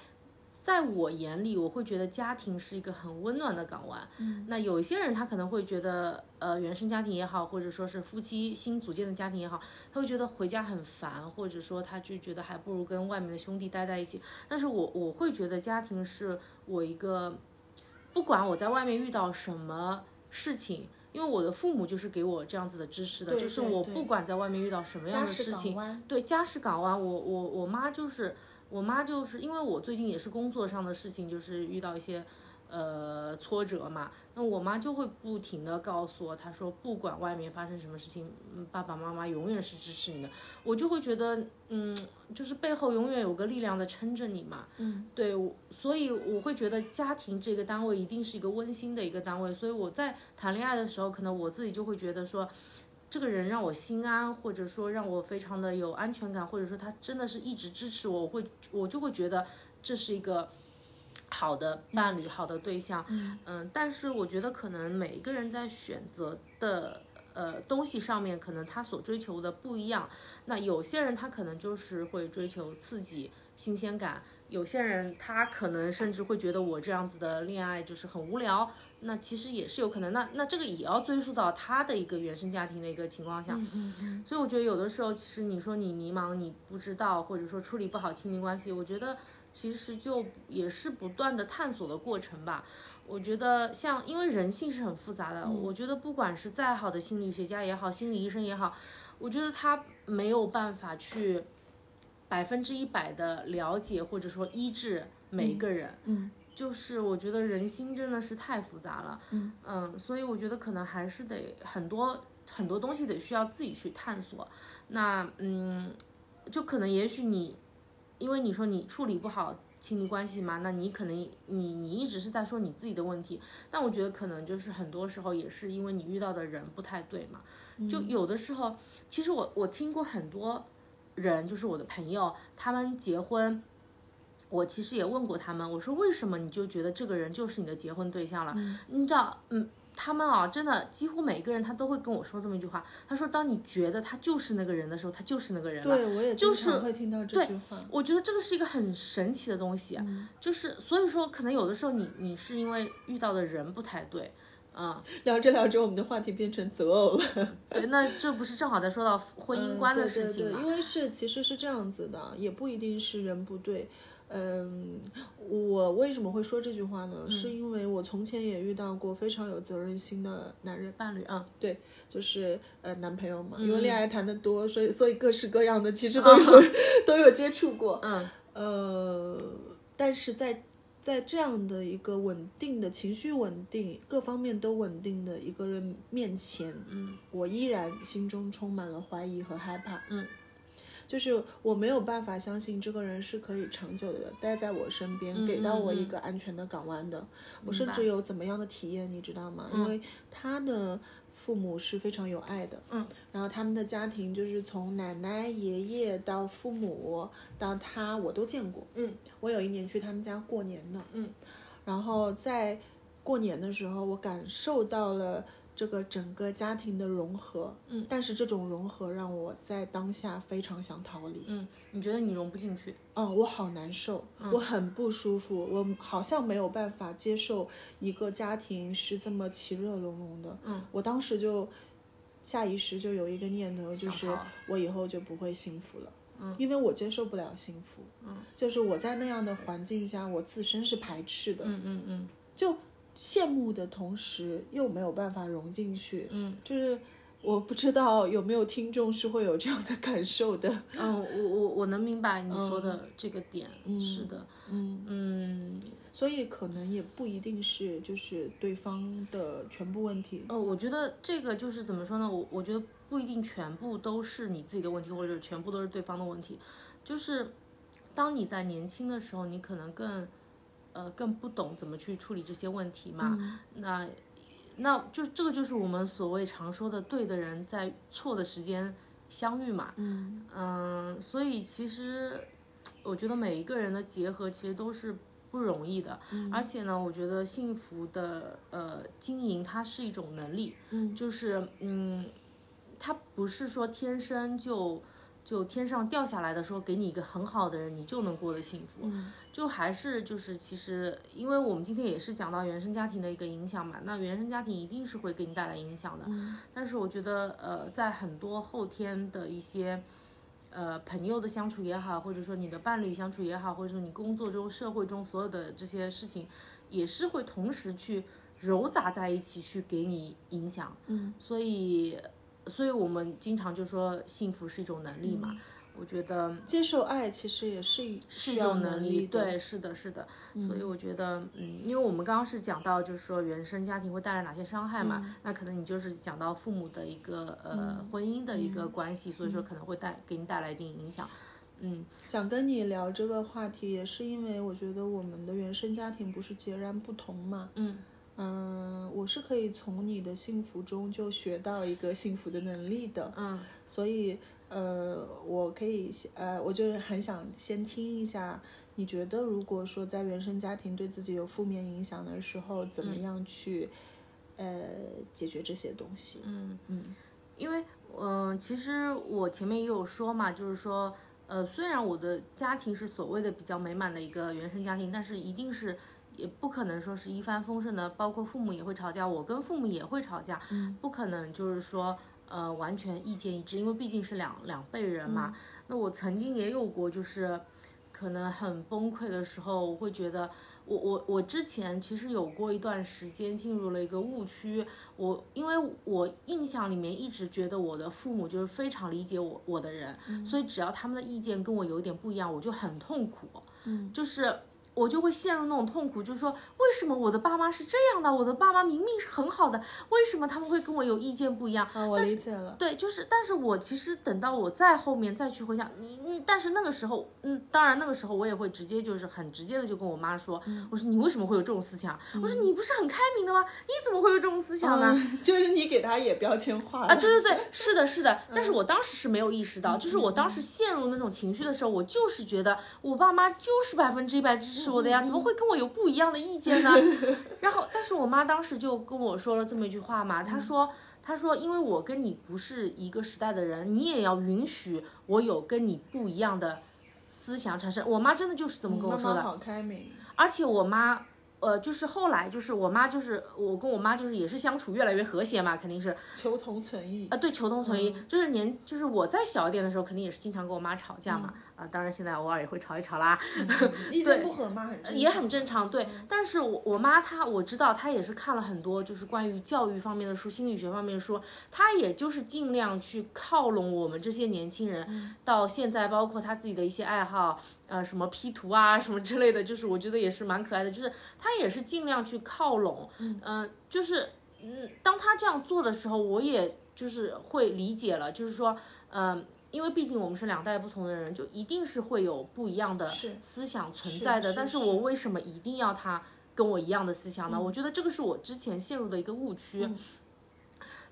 S2: 在我眼里，我会觉得家庭是一个很温暖的港湾。嗯，那有一些人他可能会觉得，呃，原生家庭也好，或者说是夫妻新组建的家庭也好，他会觉得回家很烦，或者说他就觉得还不如跟外面的兄弟待在一起。但是我我会觉得家庭是我一个，不管我在外面遇到什么事情。因为我的父母就是给我这样子的支持的，
S1: 对
S2: 就是
S1: 对
S2: 我
S1: 对
S2: 不管在外面遇到什么样
S1: 家
S2: 的
S1: 是
S2: 事情
S1: 港，湾，
S2: 对，家是港湾，我我我妈就是我妈就是因为我最近也是工作上的事情，就是遇到一些呃挫折嘛，那我妈就会不停的告诉我，她说不管外面发生什么事情，嗯爸爸妈妈永远是支持你的，我就会觉得嗯，就是背后永远有个力量在撑着你嘛，嗯，对，我所以我会觉得家庭这个单位一定是一个温馨的一个单位，所以我在谈恋爱的时候，可能我自己就会觉得说。这个人让我心安，或者说让我非常的有安全感，或者说他真的是一直支持我，我会我就会觉得这是一个好的伴侣、好的对象。嗯但是我觉得可能每一个人在选择的呃东西上面，可能他所追求的不一样。那有些人他可能就是会追求刺激、新鲜感。有些人他可能甚至会觉得我这样子的恋爱就是很无聊，那其实也是有可能。那那这个也要追溯到他的一个原生家庭的一个情况下，所以我觉得有的时候其实你说你迷茫，你不知道或者说处理不好亲密关系，我觉得其实就也是不断的探索的过程吧。我觉得像因为人性是很复杂的，我觉得不管是再好的心理学家也好，心理医生也好，我觉得他没有办法去百分之一百的了解或者说医治每个人。
S1: 嗯
S2: 就是我觉得人心真的是太复杂了，嗯所以我觉得可能还是得很多很多东西得需要自己去探索。那嗯，就可能也许你，因为你说你处理不好亲密关系嘛，那你可能你你一直是在说你自己的问题，但我觉得可能就是很多时候也是因为你遇到的人不太对嘛，就有的时候，其实我我听过很多人，就是我的朋友，他们结婚。我其实也问过他们，我说为什么你就觉得这个人就是你的结婚对象了？你知道，嗯，他们啊，真的几乎每个人他都会跟我说这么一句话，他说当你觉得他就是那个人的时候，他就是那个人了。啊
S1: 对，我也经
S2: 就是
S1: 常会听到这句话。
S2: 我觉得这个是一个很神奇的东西，啊
S1: 嗯
S2: 就是所以说，可能有的时候你你是因为遇到的人不太对，
S1: (laughs)
S2: 嗯，
S1: 聊着聊着，我们的话题变成择偶了，
S2: 对，那这不是正好在说到婚姻观的事
S1: 嗯对
S2: 情
S1: 对
S2: 吗？
S1: 对因为是其实是这样子的，也不一定是人不对。嗯，我为什么会说这句话
S2: 嗯
S1: 呢？是因为我从前也遇到过非常有责任心的男人，
S2: 伴侣，嗯，
S1: 就是呃男朋友嘛，
S2: 嗯啊
S1: 因为恋爱谈的多，所以所以各式各样的其实都
S2: (laughs)
S1: 有、都有接触过。
S2: 嗯，
S1: 呃，但是在在这样的一个稳定的情绪稳定、各方面都稳定的一个人面前，嗯，我依然心中充满了怀疑和害怕，
S2: 嗯，
S1: 就是我没有办法相信这个人是可以长久的待在我身边，
S2: 嗯
S1: 给到我
S2: 嗯
S1: 一个安全的港湾的。我
S2: 明
S1: 甚
S2: 白嗯
S1: 至有怎么样的体验，你知道吗？因为他的父母是非常有爱的，
S2: 嗯，
S1: 然后他们的家庭就是从奶奶、爷爷到父母到他，我都见过，
S2: 嗯，
S1: 我有一年去他们家过年呢，
S2: 嗯，
S1: 然后在过年的时候，我感受到了。这个整个家庭的融合，
S2: 嗯，
S1: 但是这种融合让我在当下非常想逃离，
S2: 嗯，你觉得你融不进去？
S1: 哦，我好难受，我很不舒服，我好像没有办法接受一个家庭是这么其乐融融的。嗯，我当时就下意识就有一个念头，就
S2: 想
S1: 是 (laughs)
S2: 逃
S1: 我以后就不会幸福了。嗯，因为我接受不了幸福。嗯，就是我在那样的环境下，我自身是排斥的，
S2: 嗯嗯嗯，
S1: 就羡慕的同时又没有办法融进去。嗯，就是我不知道有没有听众是会有这样的感受的。
S2: 嗯，我我我能明白你说的
S1: 嗯
S2: 这个点，是的，嗯
S1: 所以可能也不一定是就是对方的全部问题。
S2: 哦，我觉得这个就是怎么说呢？我我觉得不一定全部都是你自己的问题，或者全部都是对方的问题。就是当你在年轻的时候，你可能更呃更不懂怎么去处理这些问题嘛。那那就这个就是我们所谓常说的对的人在错的时间相遇嘛。嗯所以其实我觉得每一个人的结合其实都是不容易的，而且呢，我觉得幸福的呃经营它是一种能力，嗯，就是嗯，它不是说天生就就天上掉下来的时候，给你一个很好的人，你就能过得幸福。就还是就是其实，因为我们今天也是讲到原生家庭的一个影响嘛，那原生家庭一定是会给你带来影响的。但是我觉得，呃，在很多后天的一些。呃，朋友的相处也好，或者说你的伴侣相处也好，或者说你工作中、社会中所有的这些事情，也是会同时去揉杂在一起，去给你影响。嗯，所以，所以我们经常就说幸福是一种能力嘛。我觉得
S1: 接受爱其实也是
S2: 是
S1: 嗯需
S2: 一
S1: 要
S2: 种能
S1: 力的，
S2: 对，是的，是的。所以我觉得，嗯，因为我们刚刚是讲到，就是说原生家庭会带来哪些伤害嘛，
S1: 嗯
S2: 那可能你就是讲到父母的一个呃、婚姻的一个
S1: 嗯
S2: 关系，所以说可能会带给你带来一定影响。嗯，
S1: 想跟你聊这个话题，也是因为我觉得我们的原生家庭不是截然不同嘛。
S2: 嗯
S1: 嗯，我是可以从你的幸福中就学到一个幸福的能力的。
S2: 嗯，
S1: 所以呃，我可以先呃，我就是很想先听一下，你觉得如果说在原生家庭对自己有负面影响的时候，怎
S2: 嗯
S1: 么样去、呃解决这些东西？嗯嗯
S2: 因为嗯、呃其实我前面也有说嘛，就是说，呃，虽然我的家庭是所谓的比较美满的一个原生家庭，但是一定是也不可能说是一帆风顺的，包括父母也会吵架，我跟父母也会吵架，不可能就是说。呃，完全意见一致，因为毕竟是两两辈人嘛。那我曾经也有过，就是可能很崩溃的时候，我会觉得，我我我之前其实有过一段时间进入了一个误区，我因为我印象里面一直觉得我的父母就是非常理解我我的人，所以只要他们的意见跟我有一点不一样，我就很痛苦，嗯，就是。我就会陷入那种痛苦，就是说，为什么我的爸妈是这样的？我的爸妈明明是很好的，为什么他们会跟我有意见不一样？
S1: 啊，我理解了。
S2: 对，就是，但是我其实等到我再后面再去回想，你，嗯，但是那个时候，嗯，当然那个时候我也会直接就是很直接的就跟我妈说，我说你为什么会有这种思想？我说你不是很开明的吗？你怎么会有这种思想呢？
S1: 嗯， (laughs) 就是你给他也标签化了。
S2: 啊，对对对，是的，是
S1: (laughs)
S2: 的。
S1: 嗯
S2: 但是我当时是没有意识到，就是我当时陷入那种情绪的时候，我就是觉得我爸妈就是百分之一百支持我的
S1: 嗯
S2: 呀，怎么会跟我有不一样的意
S1: (laughs)
S2: 见呢？然后，但是我妈当时就跟我说了这么一句话嘛，
S1: 嗯
S2: 她说。她说：“因为我跟你不是一个时代的人，你也要允许我有跟你不一样的思想产生。”我妈真的就是这么跟我
S1: 嗯妈
S2: 说的
S1: 妈。好开明，
S2: 而且我妈，呃，就是后来就是我妈就是我跟我妈就是也是相处越来越和谐嘛，肯定是
S1: 求同存
S2: (laughs)
S1: 异。
S2: 啊，对，求同存异，就是年，就是我再小一点的时候，肯定也是经常跟我妈吵架嘛，啊，当然现在偶尔也会吵一吵啦，
S1: 嗯意见不合嘛，很正
S2: 呃也
S1: 常嗯
S2: 很正常，对。但是我我妈她我知道她也是看了很多就是关于教育方面的书、心理学方面的书，她也就是尽量去靠拢我们这些年轻人，
S1: 嗯
S2: 到现在包括她自己的一些爱好，呃，什么 P 图啊什么之类的，就是我觉得也是蛮可爱的，就是她也是尽量去靠拢，嗯、就是嗯，当她这样做的时候，我也就是会理解了，就是说，嗯、因为毕竟我们是两代不同的人，就一定是会有不一样的
S1: 是
S2: 思想存
S1: 是啊
S2: 在的。
S1: 是
S2: 但是
S1: 是嗯
S2: 我为什么一定要他跟我一样的思想呢？我觉得这个是我之前陷入的一个误区。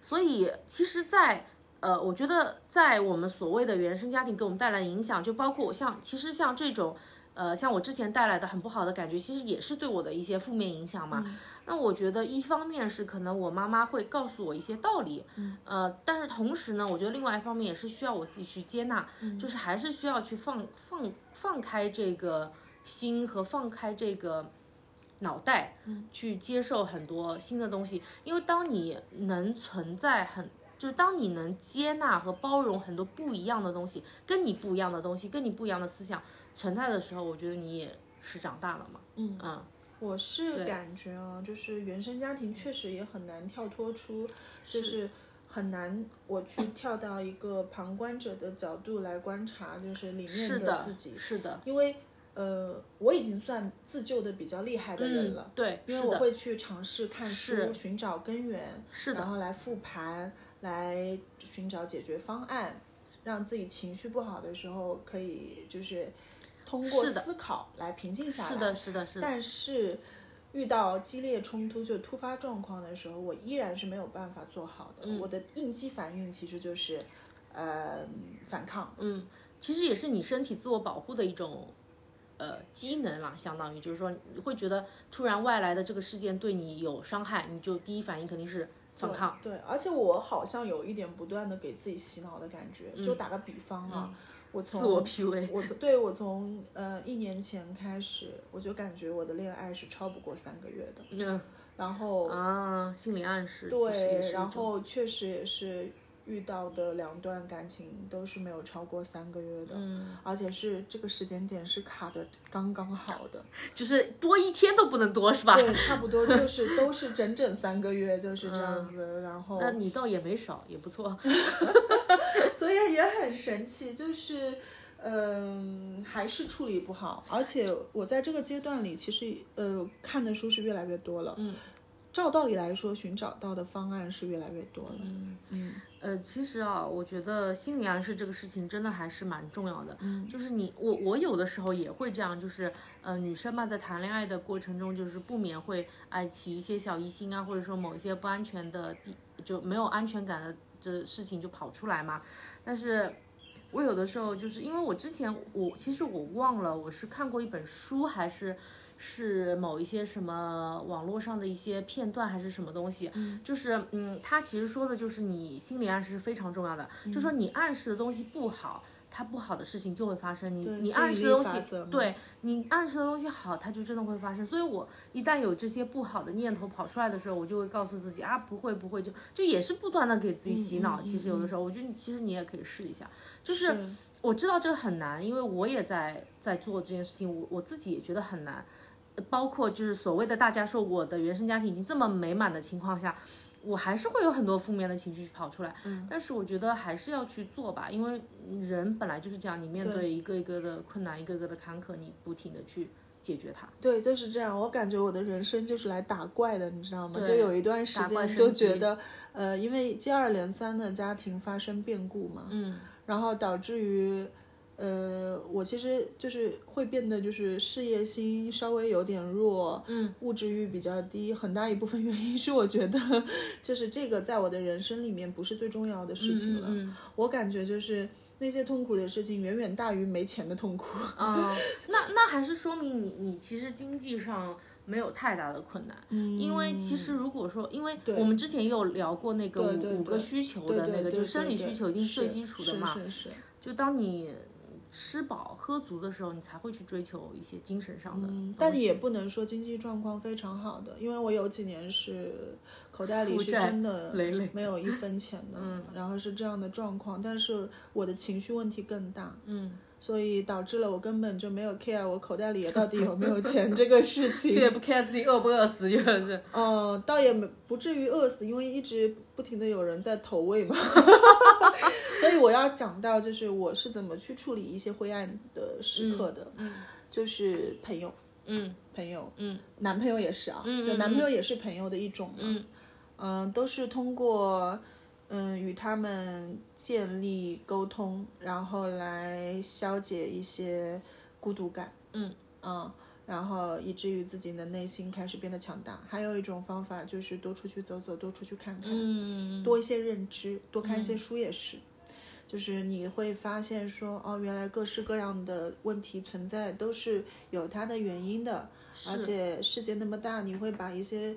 S2: 所以，其实在，呃，我觉得在我们所谓的原生家庭给我们带来的影响，就包括我像，其实像这种，呃，像我之前带来的很不好的感觉，其实也是对我的一些负面影响嘛。
S1: 嗯
S2: 那我觉得一方面是可能我妈妈会告诉我一些道理，
S1: 嗯
S2: 呃，但是同时呢，我觉得另外一方面也是需要我自己去接纳，
S1: 嗯
S2: 就是还是需要去放放放开这个心和放开这个脑袋，
S1: 嗯
S2: 去接受很多新的东西。因为当你能存在很，就是当你能接纳和包容很多不一样的东西，跟你不一样的东西，跟你不一样的思想存在的时候，我觉得你也是长大了嘛。嗯嗯，
S1: 我是
S2: 对
S1: 感觉啊，就是原生家庭确实也很难跳脱出，就是很难我去跳到一个旁观者的角度来观察，就是里
S2: 是
S1: 面
S2: 的，
S1: 自己，
S2: 是的，
S1: 因为呃，我已经算自救的比较厉害的人了。
S2: 嗯，对，
S1: 因为
S2: 是
S1: 我
S2: 的，
S1: 会去尝试看书，
S2: 是
S1: 寻找根源，
S2: 是的，
S1: 然后来复盘，来寻找解决方案，让自己情绪不好的时候可以就是通过
S2: 是的
S1: 思考来平静下来。
S2: 是的，是的，是的，
S1: 但是遇到激烈冲突就突发状况的时候，我依然是没有办法做好的。
S2: 嗯
S1: 我的应激反应其实就是，呃，反抗。
S2: 嗯，其实也是你身体自我保护的一种呃机能啦，相当于就是说你会觉得突然外来的这个事件对你有伤害，你就第一反应肯定是反抗。
S1: 对，而且我好像有一点不断的给自己洗脑的感觉。
S2: 嗯
S1: 就打个比方啊，我
S2: 自
S1: 从
S2: 我 PUA，
S1: 我从对我从呃一年前开始，我就感觉我的恋爱是超不过三个月的。
S2: 嗯
S1: 然后
S2: 啊，心理暗示，其实也
S1: 对，
S2: 是一
S1: 然
S2: 种
S1: 后确实也是遇到的两段感情都是没有超过三个月的，
S2: 嗯，
S1: 而且是这个时间点是卡的刚刚好的，
S2: 就是多一天都不能多，是吧？
S1: 对，差不多就是都是整整三个月就是这样子，
S2: 嗯
S1: 然后
S2: 那你倒也没少，也不错。
S1: 所以也很神奇，就是。嗯，还是处理不好，而且我在这个阶段里，其实呃看的书是越来越多了。嗯，照道理来说，寻找到的方案是越来越多了。嗯嗯，
S2: 呃，其实啊，我觉得心理暗示这个事情真的还是蛮重要的。嗯，就是你我我有的时候也会这样，就是呃，女生嘛，在谈恋爱的过程中，就是不免会哎起一些小疑心啊，或者说某一些不安全的地，就没有安全感的这事情就跑出来嘛。但是我有的时候就是因为我之前我其实我忘了我是看过一本书还是。是某一些什么网络上的一些片段还是什么东西，就是嗯，他其实说的就是你心理暗示是非常重要的，
S1: 嗯
S2: 就说你暗示的东西不好，它不好的事情就会发生，你
S1: 对
S2: 你
S1: 吸引
S2: 暗示的
S1: 力
S2: 东
S1: 法
S2: 西
S1: 则，
S2: 对你暗示的东西好，它就真的会发生。所以我一旦有这些不好的念头跑出来的时候，我就会告诉自己啊，不会不会，就就也是不断的给自己洗脑。
S1: 嗯嗯
S2: 其实有的时候，我觉得你其实你也可以试一下，就是我知道这个很难，因为我也在在做这件事情，我我自己也觉得很难。呃包括就是所谓的大家说我的原生家庭已经这么美满的情况下，我还是会有很多负面的情绪跑出来。嗯、但是我觉得还是要去做吧，因为人本来就是这样，你面对一个一个的困难，一个一个的坎坷，你不停的去解决它。
S1: 对，就是这样。我感觉我的人生就是来打怪的，你知道吗？就
S2: 对
S1: 有一段时
S2: 打怪
S1: 间
S2: 升
S1: 就
S2: 级
S1: 觉得，呃，因为接二连三的家庭发生变故嘛，
S2: 嗯，
S1: 然后导致于，呃，我其实就是会变得就是事业心稍微有点弱，嗯，物质欲比较低，很大一部分原因是我觉得，就是这个在我的人生里面不是最重要的事情了。
S2: 嗯
S1: 我感觉就是那些痛苦的事情远远大于没钱的痛苦。
S2: (laughs) 嗯，那那还是说明你你其实经济上没有太大的困难，嗯，因为其实如果说，因为我们之前也有聊过那个
S1: 对
S2: 五五个
S1: 对
S2: 需求
S1: 对
S2: 的
S1: 对
S2: 那个，
S1: 对
S2: 就
S1: 对
S2: 生理
S1: 对
S2: 需求一定是最
S1: 是
S2: 基础的嘛，
S1: 是是是。
S2: 就当你吃饱喝足的时候，你才会去追求一些精神上的东西，
S1: 嗯，但也不能说经济状况非常好的，因为我有几年是口袋里
S2: 负
S1: 是
S2: 债
S1: 真的
S2: 累
S1: (laughs)
S2: 嗯累，
S1: 没有一分钱的，然后是这样的状况，但是我的情绪问题更大，
S2: 嗯，
S1: 所以导致了我根本就没有 care 我口袋里到底有没有钱这个事
S2: 这
S1: 情。
S2: 也不 care 自己饿不饿死，就是
S1: 嗯，倒也没不至于饿死，因为一直不停的有人在投喂嘛。 (laughs) 所以我要讲到就是我是怎么去处理一些灰暗的时刻的，嗯，就是朋友。
S2: 嗯
S1: 朋友，
S2: 嗯，
S1: 男朋友也是啊，
S2: 嗯嗯
S1: 就
S2: 嗯
S1: 男朋友也是朋友的一种嘛，嗯、都是通过嗯与他们建立沟通，然后来消解一些孤独感，
S2: 嗯
S1: 嗯，然后以至于自己的内心开始变得强大。还有一种方法就是多出去走走，多出去看看，
S2: 嗯，
S1: 多一些认知，多看一些书也是。就是你会发现说，哦，原来各式各样的问题存在都是有它的原因的，而
S2: 是
S1: 且世界那么大，你会把一些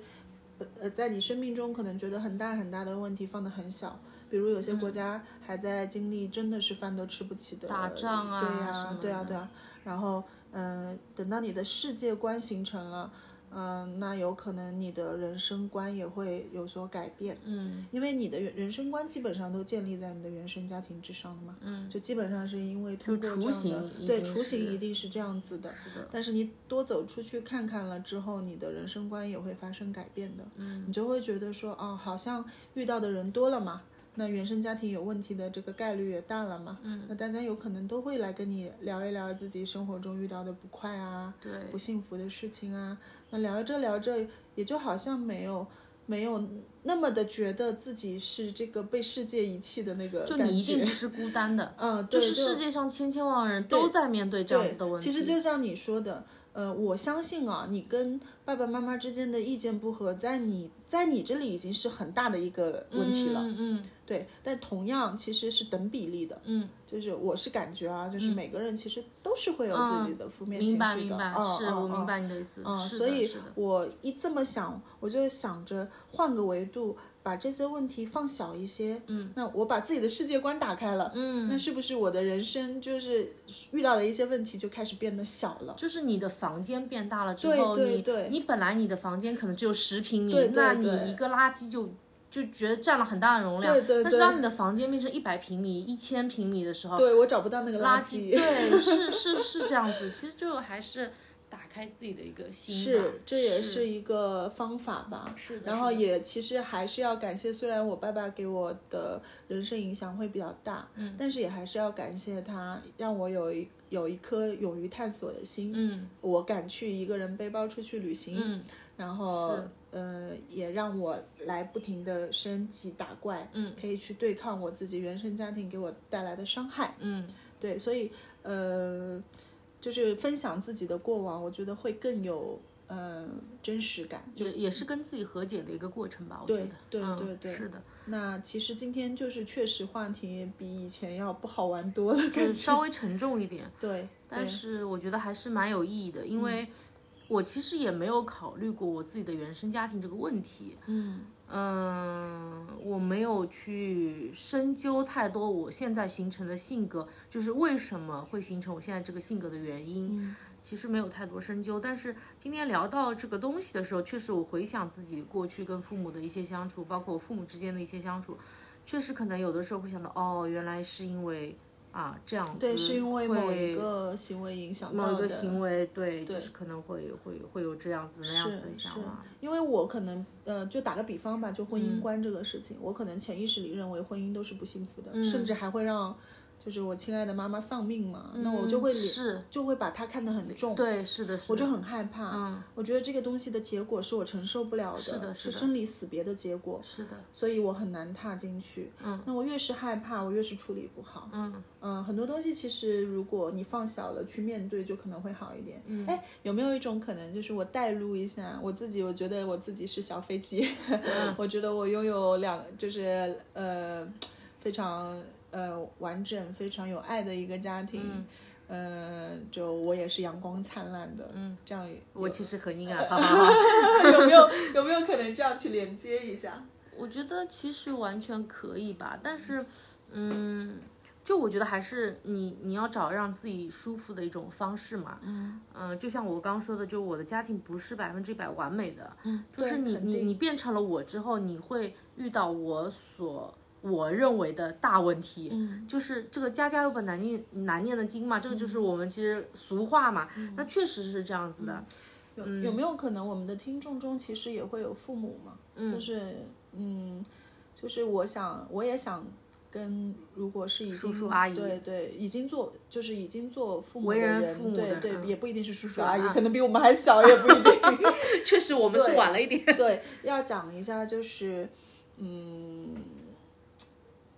S1: 呃呃在你生命中可能觉得很大很大的问题放得很小。比如有些国家还在经历真的是饭都吃不起的
S2: 嗯打仗啊
S1: 对呀、
S2: 什么的
S1: 对呀、对呀、然后，嗯、等到你的世界观形成了，嗯、那有可能你的人生观也会有所改变。
S2: 嗯
S1: 因为你的人人生观基本上都建立在你的原生家庭之上的嘛，
S2: 嗯，
S1: 就基本上是因为通过
S2: 就雏
S1: 这样的
S2: 形一
S1: 对
S2: 定是
S1: 雏形一定是这样子的，
S2: 是的，
S1: 但是你多走出去看看了之后，你的人生观也会发生改变的。嗯，你就会觉得说，哦，好像遇到的人多了嘛，那原生家庭有问题的这个概率也大了嘛。嗯，那大家有可能都会来跟你聊一聊自己生活中遇到的不快啊、
S2: 对，
S1: 不幸福的事情啊。那聊着聊着，也就好像没有没有那么的觉得自己是这个被世界遗弃的那个
S2: 就
S1: 感
S2: 你一
S1: 觉
S2: 定不是孤单
S1: (laughs)
S2: 的，
S1: 嗯，
S2: 就
S1: 对
S2: 是世界上千千万万人都在面对这样子的问题。
S1: 其实就像你说的，呃，我相信啊，你跟爸爸妈妈之间的意见不合，在你在你这里已经是很大的一个问题了。
S2: 嗯嗯
S1: 对，但同样其实是等比例的，
S2: 嗯，
S1: 就是我是感觉啊，就是每个人其实都是会有自己的负面情
S2: 明白
S1: 绪
S2: 明
S1: 的。
S2: 白，
S1: 嗯
S2: 是
S1: 嗯
S2: 我明
S1: 嗯
S2: 白你的意思，
S1: 嗯，
S2: 是
S1: 所
S2: 的，
S1: 以
S2: 是的，
S1: 我一这么想，我就想着换个维度把这些问题放小一些，嗯，那我把自己的世界观打开了，嗯，那是不是我的人生就是遇到的一些问题就开始变得小了？
S2: 就是你的房间变大了之后，
S1: 对对
S2: 你你本来你的房间可能只有十平米，
S1: 对对
S2: 那
S1: 对
S2: 你一个垃圾就就觉得占了很大的容量。
S1: 对对
S2: 但是
S1: 对
S2: 当你的房间变成一百平米、一千平米的时候，
S1: 对我找不到那个
S2: 垃
S1: 圾，
S2: 对，是是是这样子。其实就还是打开自己的一个心吧。
S1: 是，这也
S2: 是
S1: 是一个方法吧。
S2: 是的。
S1: 然后
S2: 是的
S1: 也其实还是要感谢，虽然我爸爸给我的人生影响会比较大，嗯，但是也还是要感谢他，让我有一有一颗勇于探索的心，
S2: 嗯
S1: 我敢去一个人背包出去旅行，
S2: 嗯
S1: 然后
S2: 是
S1: 呃也让我来不停的升级打怪，
S2: 嗯，
S1: 可以去对抗我自己原生家庭给我带来的伤害。
S2: 嗯，
S1: 对，所以呃，就是分享自己的过往，我觉得会更有呃真实感。
S2: 也也是跟自己和解的一个过程吧。我觉
S1: 对
S2: 得，
S1: 对
S2: 嗯
S1: 对对
S2: 是的，
S1: 那其实今天就是确实话题比以前要不好玩多了，
S2: 就是
S1: 感觉
S2: 稍微沉重一点。
S1: 对，
S2: 但
S1: 对嗯
S2: 是我觉得还是蛮有意义的，因为我其实也没有考虑过我自己的原生家庭这个问题。
S1: 嗯
S2: 嗯，我没有去深究太多我现在形成的性格，就是为什么会形成我现在这个性格的原因，
S1: 嗯
S2: 其实没有太多深究。但是今天聊到这个东西的时候，确实我回想自己过去跟父母的一些相处，包括我父母之间的一些相处，确实可能有的时候会想到，哦，原来是因为啊这样子，
S1: 对，是因为某
S2: 会
S1: 一个行为影响
S2: 某
S1: 到
S2: 一个
S1: 的
S2: 行为，嗯对，就是可能会会会有这样子那样子的
S1: 是
S2: 想法。嗯
S1: 因为我可能，呃，就打个比方吧，就婚姻观这个事情，我可能潜意识里认为婚姻都是不幸福的，
S2: 嗯
S1: 甚至还会让，就是我亲爱的妈妈丧命嘛，那我就会
S2: 嗯是
S1: 就会把它看得很重，
S2: 对，是的，是
S1: 我
S2: 的，
S1: 就很害怕。嗯，我觉得这个东西的结果是我承受不了的，
S2: 是的
S1: 是
S2: 是的
S1: 生离死别的结果，
S2: 是的，
S1: 所以我很难踏进去。嗯，那我越是害怕，我越是处理不好。
S2: 嗯
S1: 嗯，很多东西其实如果你放小了去面对，就可能会好一点。嗯，哎，有没有一种可能，就是我代入一下我自己？我觉得我自己是小飞机，(laughs)
S2: 嗯
S1: 我觉得我拥有两，就是呃，非常呃完整、非常有爱的一个家庭。嗯呃，就我也是阳光灿烂的，嗯，这样
S2: 我其实很阴暗，哈哈 (laughs) 哈。
S1: 有没有有没有可能这样去连接一下？
S2: 我觉得其实完全可以吧，但是，嗯，就我觉得还是你你要找让自己舒服的一种方式嘛。嗯就像我刚说的，就我的家庭不是百分之百完美的，嗯，就
S1: 对
S2: 是你
S1: 肯
S2: 你
S1: 定
S2: 你变成了我之后，你会遇到我所。我认为的大问题，嗯、就是这个家家有本难念难念的经嘛，这个
S1: 嗯
S2: 就是我们其实俗话嘛，那确实是这样子的，
S1: 有
S2: 嗯
S1: 有没有可能我们的听众中其实也会有父母嘛？就是嗯，就是我想我也想跟，如果是已经
S2: 叔叔阿姨
S1: 对对，已经做就是已经做父母的
S2: 为人
S1: 人，
S2: 父母的
S1: 对对、
S2: 嗯
S1: 也不一定是叔叔阿姨，
S2: 啊
S1: 可能比我们还小，也不一定。
S2: 确实我们
S1: 嗯
S2: 是
S1: 对
S2: 晚了一点，
S1: 对，要讲一下就是，嗯，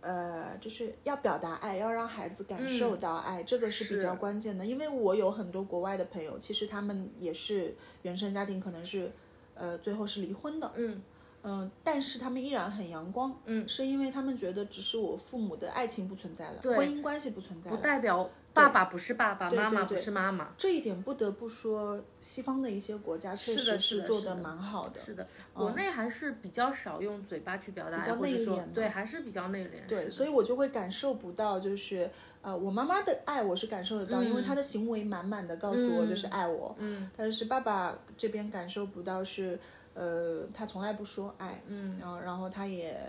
S1: 呃，就是要表达爱，要让孩子感受到爱，这个是比较
S2: 嗯是
S1: 关键的。因为我有很多国外的朋友，其实他们也是原生家庭，可能是呃最后是离婚的，
S2: 嗯
S1: 嗯、但是他们依然很阳光，
S2: 嗯，
S1: 是因为他们觉得只是我父母的爱情不存在了，
S2: 对
S1: 婚姻关系不存在
S2: 不
S1: 了。
S2: 代表爸爸不是爸爸，
S1: 对
S2: 妈
S1: 对
S2: 妈不
S1: 对
S2: 是妈妈，
S1: 这一点不得不说，西方的一些国家确
S2: 是的
S1: 实
S2: 是的
S1: 做
S2: 是
S1: 得
S2: 的
S1: 蛮好的。嗯
S2: 是的，国内还是比较少用嘴巴去表达
S1: 比
S2: 爱，
S1: 较
S2: 或者
S1: 内
S2: 说
S1: 敛嘛
S2: 对，还是比较内敛。
S1: 对，
S2: 是
S1: 所以我就会感受不到，就是呃，我妈妈的爱我是感受得到，因为她的行为满满的告诉我就是爱我，嗯，但是爸爸这边感受不到是，呃，他从来不说爱，嗯，然后然后他也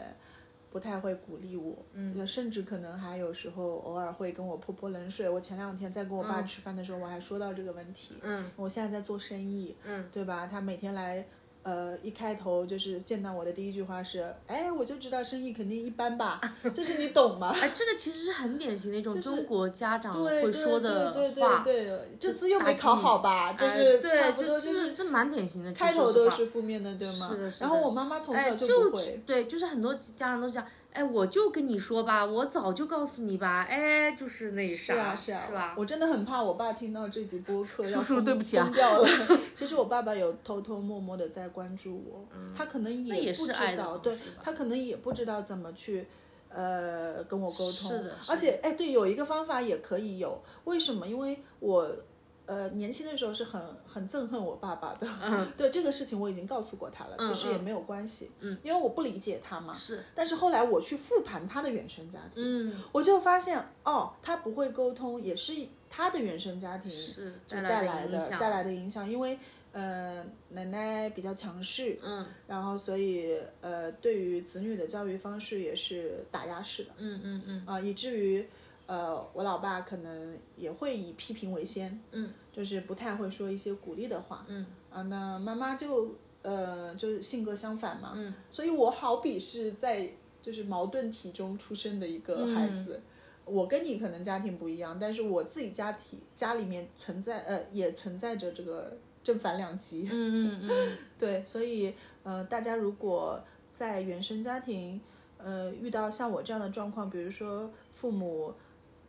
S1: 不太会鼓励我，嗯，甚至可能还有时候偶尔会跟我泼泼冷水。我前两天在跟我爸吃饭的时候，我还说到这个问题，嗯，我现在在做生意，嗯，对吧？他每天来。呃，一开头就是见到我的第一句话是，哎，我就知道生意肯定一般
S2: (laughs)
S1: 吧，就是你懂吗？
S2: 哎，这个其实是很典型的一种中国家长
S1: 对
S2: 会说的
S1: 对对
S2: 话，
S1: 对对，这次又
S2: 打
S1: 没
S2: 击
S1: 考
S2: 你
S1: 好吧？
S2: 哎
S1: 就是差
S2: 对，
S1: 不多
S2: 就
S1: 就是
S2: 这蛮典型的。其
S1: 开
S2: 实
S1: 头
S2: 说
S1: 都
S2: 实话
S1: 是负面的，对吗？
S2: 是的是
S1: 然后
S2: 的
S1: 我妈妈从
S2: 哎，
S1: 小
S2: 就
S1: 不会，
S2: 对，就是很多家长都这样。哎，我就跟你说吧，我早就告诉你吧，哎，就是那
S1: 是
S2: 啥，
S1: 啊是啊，
S2: 吧？
S1: 我真的很怕我爸听到这集播客，
S2: 叔
S1: 要
S2: 叔
S1: 疯
S2: 对不起啊
S1: 疯掉
S2: (laughs)
S1: 了。其实我爸爸有偷偷摸摸的在关注我，他可能
S2: 嗯那也
S1: 不
S2: 是
S1: 知
S2: 爱的
S1: 道，
S2: 方
S1: 对
S2: 式吧
S1: 他可能也不知道怎么去。呃，跟我沟通，
S2: 是的是
S1: 而且哎，对，有一个方法也可以有，为什么？因为我呃，年轻的时候是很很憎恨我爸爸的，
S2: 嗯
S1: (laughs) 对这个事情我已经告诉过他了，其实也没有关系，嗯，因为我不理解他嘛，
S2: 是，
S1: 但是后来我去复盘他的原生家庭，
S2: 嗯，
S1: 我就发现哦，他不会沟通也是他的原生家庭
S2: 是
S1: 就
S2: 来
S1: 带来
S2: 的影
S1: 的
S2: 响，
S1: 带来的影响，因为呃奶奶比较强势，
S2: 嗯
S1: 然后所以呃对于子女的教育方式也是打压式的
S2: 嗯嗯嗯
S1: 啊、以至于呃我老爸可能也会以批评为先，
S2: 嗯，
S1: 就是不太会说一些鼓励的话
S2: 嗯
S1: 啊，那妈妈就呃就是性格相反嘛，
S2: 嗯，
S1: 所以我好比是在就是矛盾体中出生的一个孩
S2: 嗯
S1: 子。我跟你可能家庭不一样，但是我自己家庭家里面存在呃也存在着这个正反两极，
S2: 嗯嗯嗯，
S1: 对，所以呃，大家如果在原生家庭呃遇到像我这样的状况，比如说父母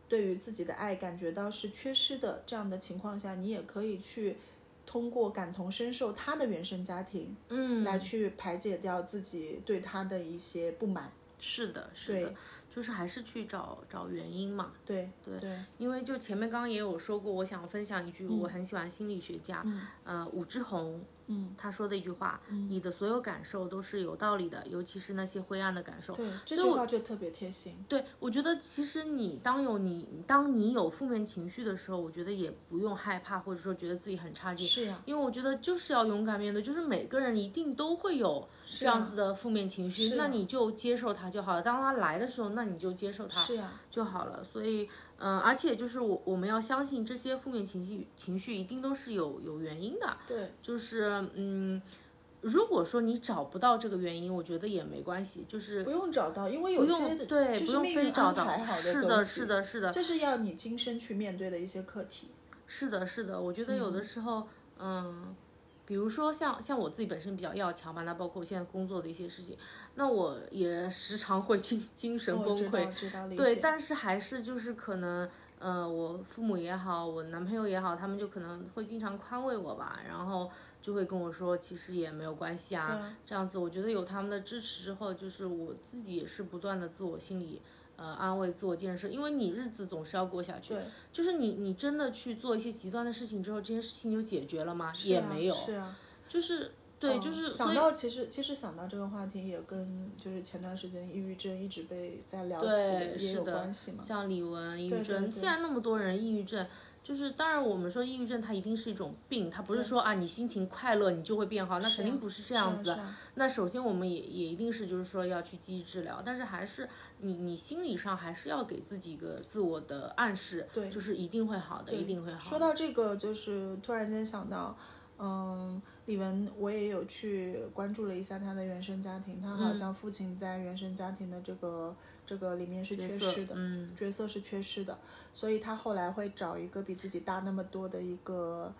S1: 对于自己的爱感觉到是缺失的这样的情况下，你也可以去通过感同身受他的原生家庭，
S2: 嗯，
S1: 来去排解掉自己对他的一些不满。
S2: 是的，是的，就是还是去找找原因嘛。
S1: 对
S2: 对
S1: 对，
S2: 因为就前面刚刚也有说过，我想分享一句
S1: 嗯
S2: 我很喜欢心理学家，呃，武志红，嗯，他说的一句话，
S1: 嗯
S2: 你的所有感受都是有道理的，尤其是那些灰暗的感受。
S1: 对，这
S2: 所以
S1: 句话就特别贴心。
S2: 对，我觉得其实你当有你当你有负面情绪的时候，我觉得也不用害怕，或者说觉得自己很差劲，
S1: 是啊呀、
S2: 因为我觉得就是要勇敢面对，就是每个人一定都会有这
S1: 啊
S2: 样子的负面情绪，
S1: 是啊
S2: 那你就接受它就好了。当它来的时候，那你就接受它
S1: 是呀、啊
S2: 就好了。所以，嗯、而且就是我我们要相信这些负面情绪情绪一定都是有有原因的，
S1: 对，
S2: 就是嗯。如果说你找不到这个原因，我觉得也没关系，就是
S1: 不用找到，因为
S2: 不
S1: 有些
S2: 用对，
S1: 就
S2: 不
S1: 是
S2: 用
S1: 命
S2: 非
S1: 运
S2: 找
S1: 安
S2: 到
S1: 排，好
S2: 是
S1: 东
S2: 的，
S1: 西
S2: 是的，是的，
S1: 这是要你今生去面对的一些课题。
S2: 是的，是的。我觉得有的时候，嗯，比如说像像我自己本身比较要强嘛，那包括现在工作的一些事情，那我也时常会 (laughs) 精精
S1: 哦
S2: 神崩溃，
S1: 溃，知道理解
S2: 对，但是还是就是可能，呃，我父母也好，我男朋友也好，他们就可能会经常宽慰我吧，然后就会跟我说，其实也没有关系啊，这样子，我觉得有他们的支持之后，就是我自己也是不断的自我心理。呃，安慰、自我建设，因为你日子总是要过下去，就是你你真的去做一些极端的事情之后，这件事情就解决了吗？
S1: 是
S2: 也
S1: 啊
S2: 没有，
S1: 是啊，
S2: 就是对，
S1: 嗯
S2: 就是所
S1: 想
S2: 以
S1: 到其实其实想到这个话题也跟就是前段时间抑郁症一直被在聊
S2: 对
S1: 起也
S2: 是
S1: 有
S2: 的
S1: 关系嘛。
S2: 像李玟、抑郁
S1: 对对
S2: 症，
S1: 对
S2: 现在那么多人抑郁症，就是当然我们说抑郁症它一定是一种病，它不是说啊你心情快乐你就会变好，那
S1: 是
S2: 肯
S1: 啊
S2: 定不是这样
S1: 是
S2: 子。
S1: 啊是啊
S2: 那首先我们也也一定是就是说要去积极治疗，但是还是你你心理上还是要给自己一个自我的暗示，
S1: 对
S2: 就是一定会好的，
S1: 对
S2: 一定会好的。
S1: 说到这个，就是突然间想到，嗯，李玟我也有去关注了一下她的原生家庭，她
S2: 嗯
S1: 好像父亲在原生家庭的这个这个里面是缺
S2: 角色
S1: 失的，
S2: 嗯，
S1: 角色是缺失的，所以她后来会找一个比自己大那么多的一个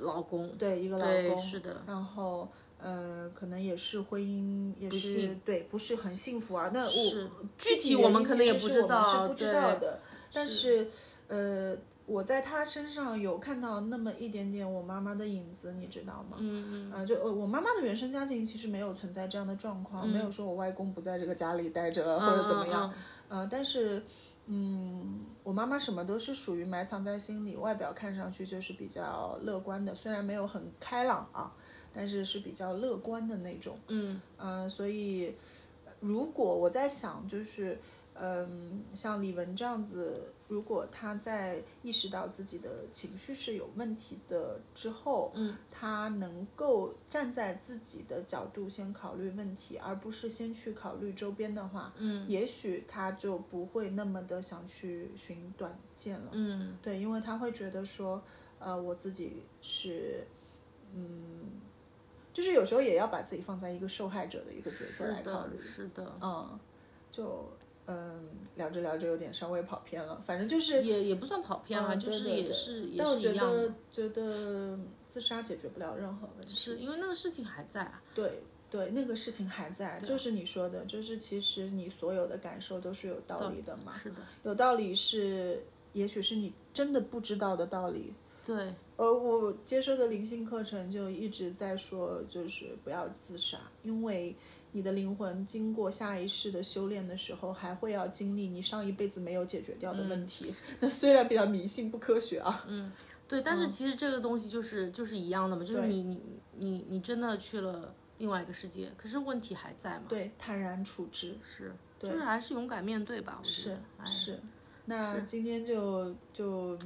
S2: 老公，
S1: 对一个老
S2: 嗯对，
S1: 公，
S2: 是的，
S1: 然后呃，可能也是婚姻也
S2: 不
S1: 是
S2: 幸
S1: 对不是很幸福啊。那
S2: 是
S1: 我
S2: 具体
S1: 原
S2: 我们
S1: 因
S2: 可
S1: 其
S2: 能也
S1: 实是
S2: 不知
S1: 我们
S2: 道
S1: 是不知道
S2: 对
S1: 的。但是呃，我在他身上有看到那么一点点我妈妈的影子，你知道吗？
S2: 嗯嗯，
S1: 啊、就呃我妈妈的原生家庭其实没有存在这样的状况，没有说我外公不在这个家里待着或者怎么样，
S2: 嗯嗯？嗯嗯
S1: 呃，但是，嗯，我妈妈什么都是属于埋藏在心里，外表看上去就是比较乐观的，虽然没有很开朗啊，但是是比较乐观的那种。
S2: 嗯
S1: 嗯、所以呃如果我在想，就是，嗯、像李玟这样子，如果她在意识到自己的情绪是有问题的之后，
S2: 嗯，
S1: 她能够站在自己的角度先考虑问题，而不是先去考虑周边的话，
S2: 嗯
S1: 也许他就不会那么的想去寻短见了。
S2: 嗯
S1: 对，因为他会觉得说，呃，我自己是，嗯，就是有时候也要把自己放在一个受害者的一个角色来
S2: 是
S1: 考
S2: 的
S1: 虑，。
S2: 是的，
S1: 嗯，就嗯，聊着聊着有点稍微跑偏了，反正就是，
S2: 也也不算跑偏啊，
S1: 嗯
S2: 就
S1: 对
S2: 是
S1: 对
S2: 也
S1: 对
S2: 是也
S1: 但我
S2: 是
S1: 觉
S2: 一样的
S1: 得，觉得自杀解决不了任何问题。
S2: 是因为那个事情还在啊。
S1: 对对，那个事情还在，
S2: 对
S1: 就是你说的，就是其实你所有的感受都是有道理的嘛。
S2: 是的，
S1: 有道理是，也许是你真的不知道的道理。
S2: 对，
S1: 呃，我接受的灵性课程就一直在说，就是不要自杀，因为你的灵魂经过下一世的修炼的时候，还会要
S2: 嗯
S1: 经历你上一辈子没有解决掉的问题。那虽然比较迷信不科学啊，
S2: 对，但是其实这个东西就是就是一样的嘛，就是你你你你真的去了另外一个世界，可是问题还在嘛，
S1: 对，坦然处之
S2: 是，就是还是勇敢面对吧，我觉
S1: 是
S2: 得哎
S1: 是。那今天就就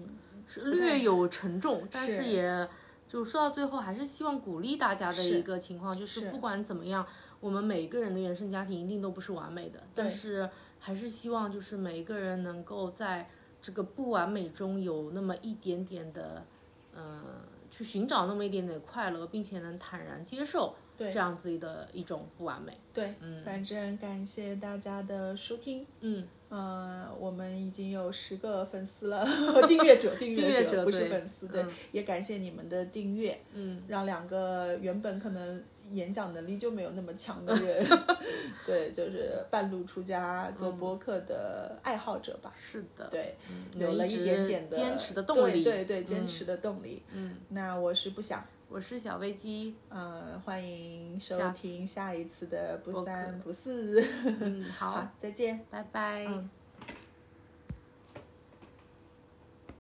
S2: 是略有沉重，但
S1: 是
S2: 是也就说到最后，还是希望鼓励大家的一个情况，就是不管怎么样，我们每个人的原生家庭一定都不是完美的，但是还是希望就是每一个人能够在这个不完美中有那么一点点的，呃，去寻找那么一点点快乐，并且能坦然接受
S1: 对
S2: 这样子的一种不完美。
S1: 对，
S2: 嗯
S1: 反正感谢大家的收听。
S2: 嗯，
S1: 呃，我们已经有十个粉丝了， (laughs) 订阅者，订
S2: 订阅
S1: 者
S2: 者
S1: 不是
S2: 对嗯
S1: 粉丝，对，也感谢你们的订阅，嗯，让两个原本可能演讲能力就没有那么强的
S2: (laughs)
S1: 人，对，就是半路出家做播客的爱好者吧，
S2: 是的，
S1: 对，
S2: 嗯
S1: 有
S2: 有
S1: 了
S2: 一直
S1: 点点的
S2: 坚持的动
S1: 对
S2: 力。
S1: 对对，坚持的动力，嗯，那我是不想，
S2: 我是小飞机，
S1: 呃，欢迎收
S2: 下次
S1: 听下一次的不
S2: 播
S1: 三不四，
S2: 嗯，好，
S1: (laughs) 好，再见，
S2: 拜拜。
S1: 嗯。